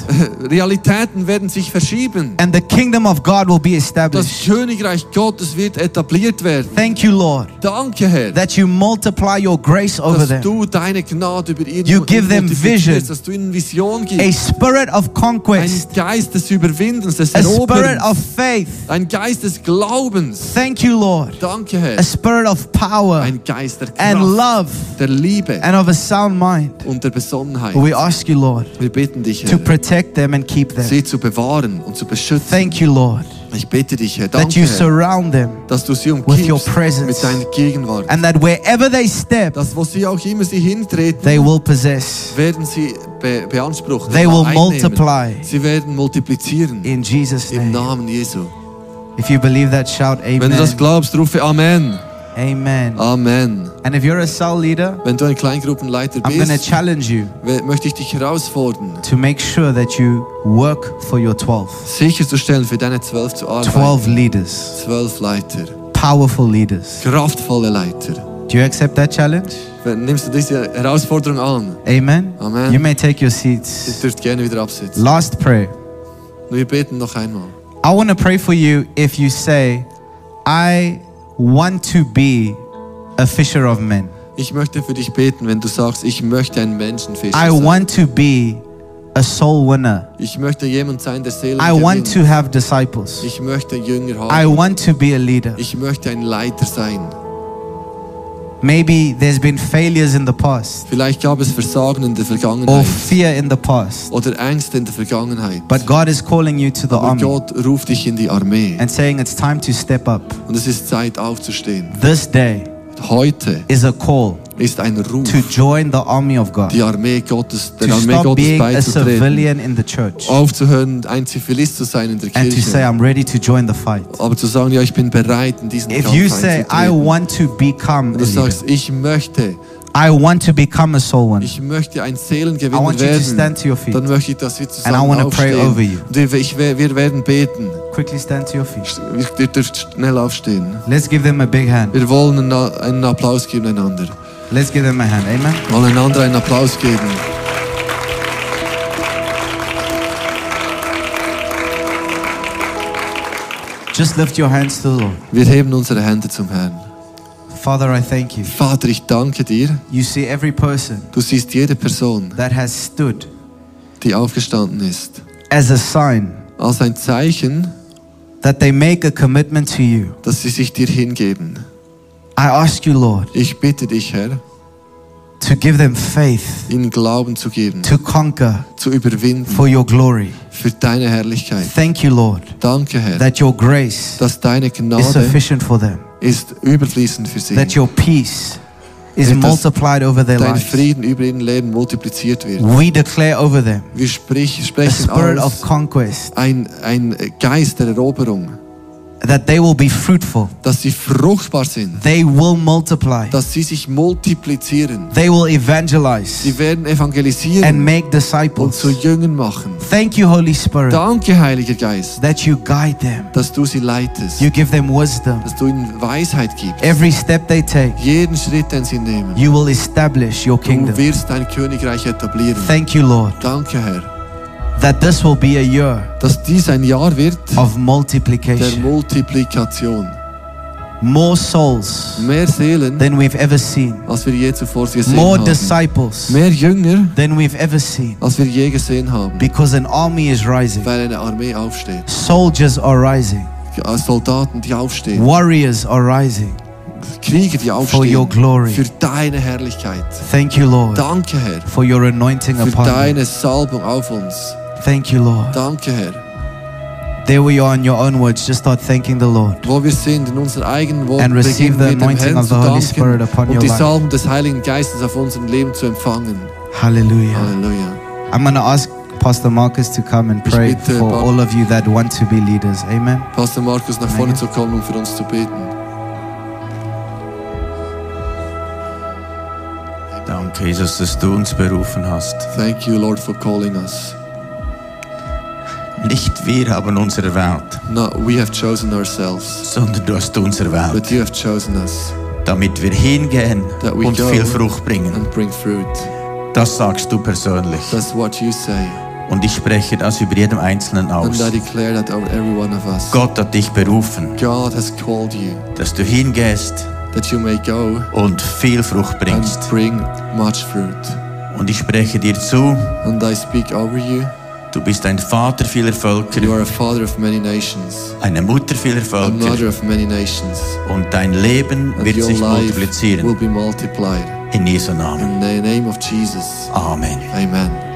B: Realitäten werden sich verschieben.
C: and the kingdom of God will be
B: Das
C: established.
B: Königreich Gottes wird etabliert werden.
C: Thank you, Lord,
B: Danke, Herr.
C: that you multiply your grace over
B: dass
C: them.
B: du deine Gnade über ihnen
C: You give them
B: multiplizierst,
C: vision.
B: dass du ihnen Vision
C: A
B: gibst,
C: spirit of
B: ein
C: conquest,
B: Geist des Überwindens, des
C: a spirit
B: Eroberns,
C: of faith.
B: ein Geist des Glaubens.
C: Thank you, Lord.
B: Danke, Herr.
C: a spirit of power
B: Ein Geist der
C: and
B: Kraft,
C: love
B: der Liebe
C: and of a sound mind.
B: und der Besonnenheit.
C: We ask you, Lord,
B: Wir bitten dich,
C: to
B: Herr,
C: protect them and keep them.
B: sie zu bewahren und zu beschützen.
C: Thank you, Lord,
B: Ich bitte dich, Herr,
C: that
B: danke,
C: you
B: Herr,
C: surround them
B: dass du sie
C: your
B: umgibst
C: presence.
B: mit deiner Gegenwart.
C: and that wherever they step,
B: Dass, wo sie auch immer sie hintreten,
C: they will possess.
B: werden sie be beansprucht.
C: They will
B: einnehmen.
C: multiply.
B: Sie werden multiplizieren.
C: In Jesus'
B: Im
C: name.
B: Namen Jesu.
C: If you believe that, shout
B: Wenn du das
C: amen.
B: glaubst, rufe Amen.
C: Amen.
B: Uh, Amen.
C: And if you're a cell leader,
B: Wenn du ein Kleingruppenleiter
C: I'm going to
B: bist,
C: challenge you
B: we- möchte ich dich herausfordern,
C: to make sure that you work for your 12.
B: sicherzustellen, für deine zwölf zu arbeiten.
C: 12 leaders,
B: Zwölf Leiter,
C: powerful leaders.
B: kraftvolle Leiter.
C: Do you accept that challenge?
B: Wenn- Nimmst du diese Herausforderung an?
C: Amen.
B: Amen.
C: You may take your
B: Ihr
C: seats.
B: dürft gerne wieder absitzen.
C: Last prayer.
B: Und wir beten noch einmal.
C: I want to pray for you if you say, I want to be a fisher of men.
B: Ich möchte für dich beten, wenn du sagst, ich möchte ein Menschenfischer
C: I
B: sein.
C: want to be a soul winner.
B: Ich möchte jemand sein, der Seelen
C: I want
B: gewinnt.
C: to have disciples.
B: Ich möchte Jünger
C: I
B: haben.
C: want to be a leader.
B: Ich möchte ein Leiter sein.
C: Maybe there's been failures in the past
B: Vielleicht gab es Versagen in der
C: or
B: Vergangenheit
C: fear in the past,
B: oder Ängste in der Vergangenheit.
C: Oh, but God is calling you to the
B: Aber
C: army
B: Gott ruft dich in die Armee.
C: and saying it's time to step up.
B: Und es ist Zeit aufzustehen.
C: This day
B: Heute
C: is a call
B: ist ein Ruf,
C: to join the army of God.
B: die Armee Gottes, der
C: to
B: Armee
C: stop
B: Gottes
C: being a
B: beizutreten.
C: civilian in the church
B: Oh, Aufzuhören, ein Zivilist zu sein in der
C: and to say,
B: Kirche.
C: I'm ready to join the fight.
B: Aber zu sagen, ja, ich bin bereit, in diesen
C: If
B: Kampf
C: you say, I
B: einzutreten.
C: want to become a
B: Wenn du
C: leader,
B: sagst, ich möchte,
C: I want to become a soul winner,
B: ich möchte ein
C: I
B: Seelengewinner
C: want you to stand
B: werden,
C: to your feet.
B: dann möchte ich, dass wir
C: And I
B: zusammen
C: wanna pray
B: aufstehen.
C: over you.
B: Und wir- ich, wir wir werden beten.
C: Quickly stand to your feet.
B: Wir- Ihr dürft schnell aufstehen.
C: Let's give them a big hand.
B: Wir wollen einen einen Applaus geben einander.
C: Let's give them a hand. Amen.
B: Wir wollen einander einen Applaus geben.
C: Just lift your hands to the Lord.
B: Wir heben unsere Hände zum Herrn.
C: Father, I thank you.
B: Vater, ich danke dir.
C: You see every person
B: Du siehst jede Person,
C: that has stood
B: die aufgestanden ist,
C: as a sign
B: als ein Zeichen,
C: that they make a commitment to you.
B: dass sie sich dir hingeben.
C: I ask you, Lord,
B: Ich bitte dich, Herr,
C: to give them faith
B: ihnen Glauben zu geben,
C: to conquer
B: zu überwinden
C: for your glory.
B: für deine Herrlichkeit.
C: Thank you, Lord,
B: Danke, Herr,
C: that your grace
B: dass deine
C: is
B: Gnade
C: sufficient for them.
B: ist überfließend für sie.
C: that your peace is
B: That does-
C: multiplied over their
B: Dein
C: lives.
B: Frieden über ihren Leben multipliziert wird.
C: We declare over them
B: Wir sprich,
C: a
B: sprechen
C: spirit of
B: aus
C: conquest,
B: ein, ein Geist der Eroberung,
C: that they will be fruitful,
B: dass sie fruchtbar sind,
C: they will multiply,
B: dass sie sich multiplizieren.
C: they will
B: Sie
C: evangelize
B: werden
C: and
B: evangelisieren
C: make
B: und zu
C: disciples.
B: Jüngern machen.
C: Thank you, Holy Spirit,
B: Danke, Heiliger Geist,
C: that you guide them,
B: dass du sie leitest,
C: you give them wisdom.
B: dass du ihnen Weisheit gibst.
C: Every step they take,
B: Jeden Schritt, den sie nehmen,
C: you will establish your
B: du
C: kingdom.
B: wirst dein Königreich etablieren.
C: Thank you, Lord,
B: Danke, Herr,
C: that this will be a year
B: dass dies ein Jahr wird
C: of
B: der
C: multiplication.
B: Multiplikation.
C: more souls
B: mehr Seelen,
C: than we've ever seen,
B: als wir je zuvor gesehen
C: more
B: haben.
C: disciples
B: Mehr Jünger,
C: than we've ever seen,
B: als wir je gesehen haben.
C: because an army is rising.
B: Weil eine Armee aufsteht.
C: Soldiers are rising,
B: Als Soldaten, die aufstehen.
C: warriors are rising.
B: Krieger, die aufstehen.
C: your glory.
B: Für deine Herrlichkeit.
C: Thank you, Lord,
B: Danke, Herr.
C: for your anointing
B: Für
C: upon me.
B: deine Salbung auf uns.
C: Thank you, Lord.
B: Danke, Herr.
C: There we are in your own words. Just start thanking the Lord.
B: Wo wir sind, in unseren eigenen Worten
C: And receive
B: beginnen
C: the
B: wir dem
C: anointing
B: Herrn
C: of
B: zu
C: the Holy Spirit
B: danken
C: upon your
B: und die
C: life.
B: Salbung des Heiligen Geistes auf unserem Leben zu empfangen.
C: Hallelujah.
B: Halleluja.
C: I'm going to ask Pastor Marcus to come and
B: Ich
C: pray
B: bitte,
C: for
B: Pa-
C: all of you that want to be leaders. Amen.
B: Pastor Markus, nach vorne
C: Amen.
B: zu kommen, um für uns zu beten.
D: Danke, Jesus, dass du uns berufen hast.
B: Thank you, Lord, for calling us.
D: Nicht wir haben uns erwählt,
B: No, we have chosen ourselves,
D: sondern du hast uns
B: but
D: erwählt,
B: you have chosen us
D: damit wir hingehen
B: That we
D: und
B: go.
D: viel Frucht bringen.
B: and bring fruit.
D: Das sagst du persönlich.
B: That's what you say.
D: Und ich spreche das über jedem Einzelnen
B: And
D: aus.
B: I declare that over every one of us.
D: Gott hat dich berufen,
B: God has called you
D: dass du hingehst
B: that you may go
D: und viel Frucht
B: and
D: bringst.
B: bring much fruit.
D: Und ich spreche dir zu,
B: And I speak over you.
D: du bist ein Vater vieler
B: You
D: Völker,
B: are a father of many nations,
D: eine Mutter vieler
B: a mother
D: Völker.
B: of many nations,
D: Und dein Leben
B: and
D: wird
B: your
D: sich
B: life will
D: multiplizieren.
B: be multiplied.
D: In Jesu
B: In
D: Namen.
B: the name of Jesus.
D: Amen.
B: Amen.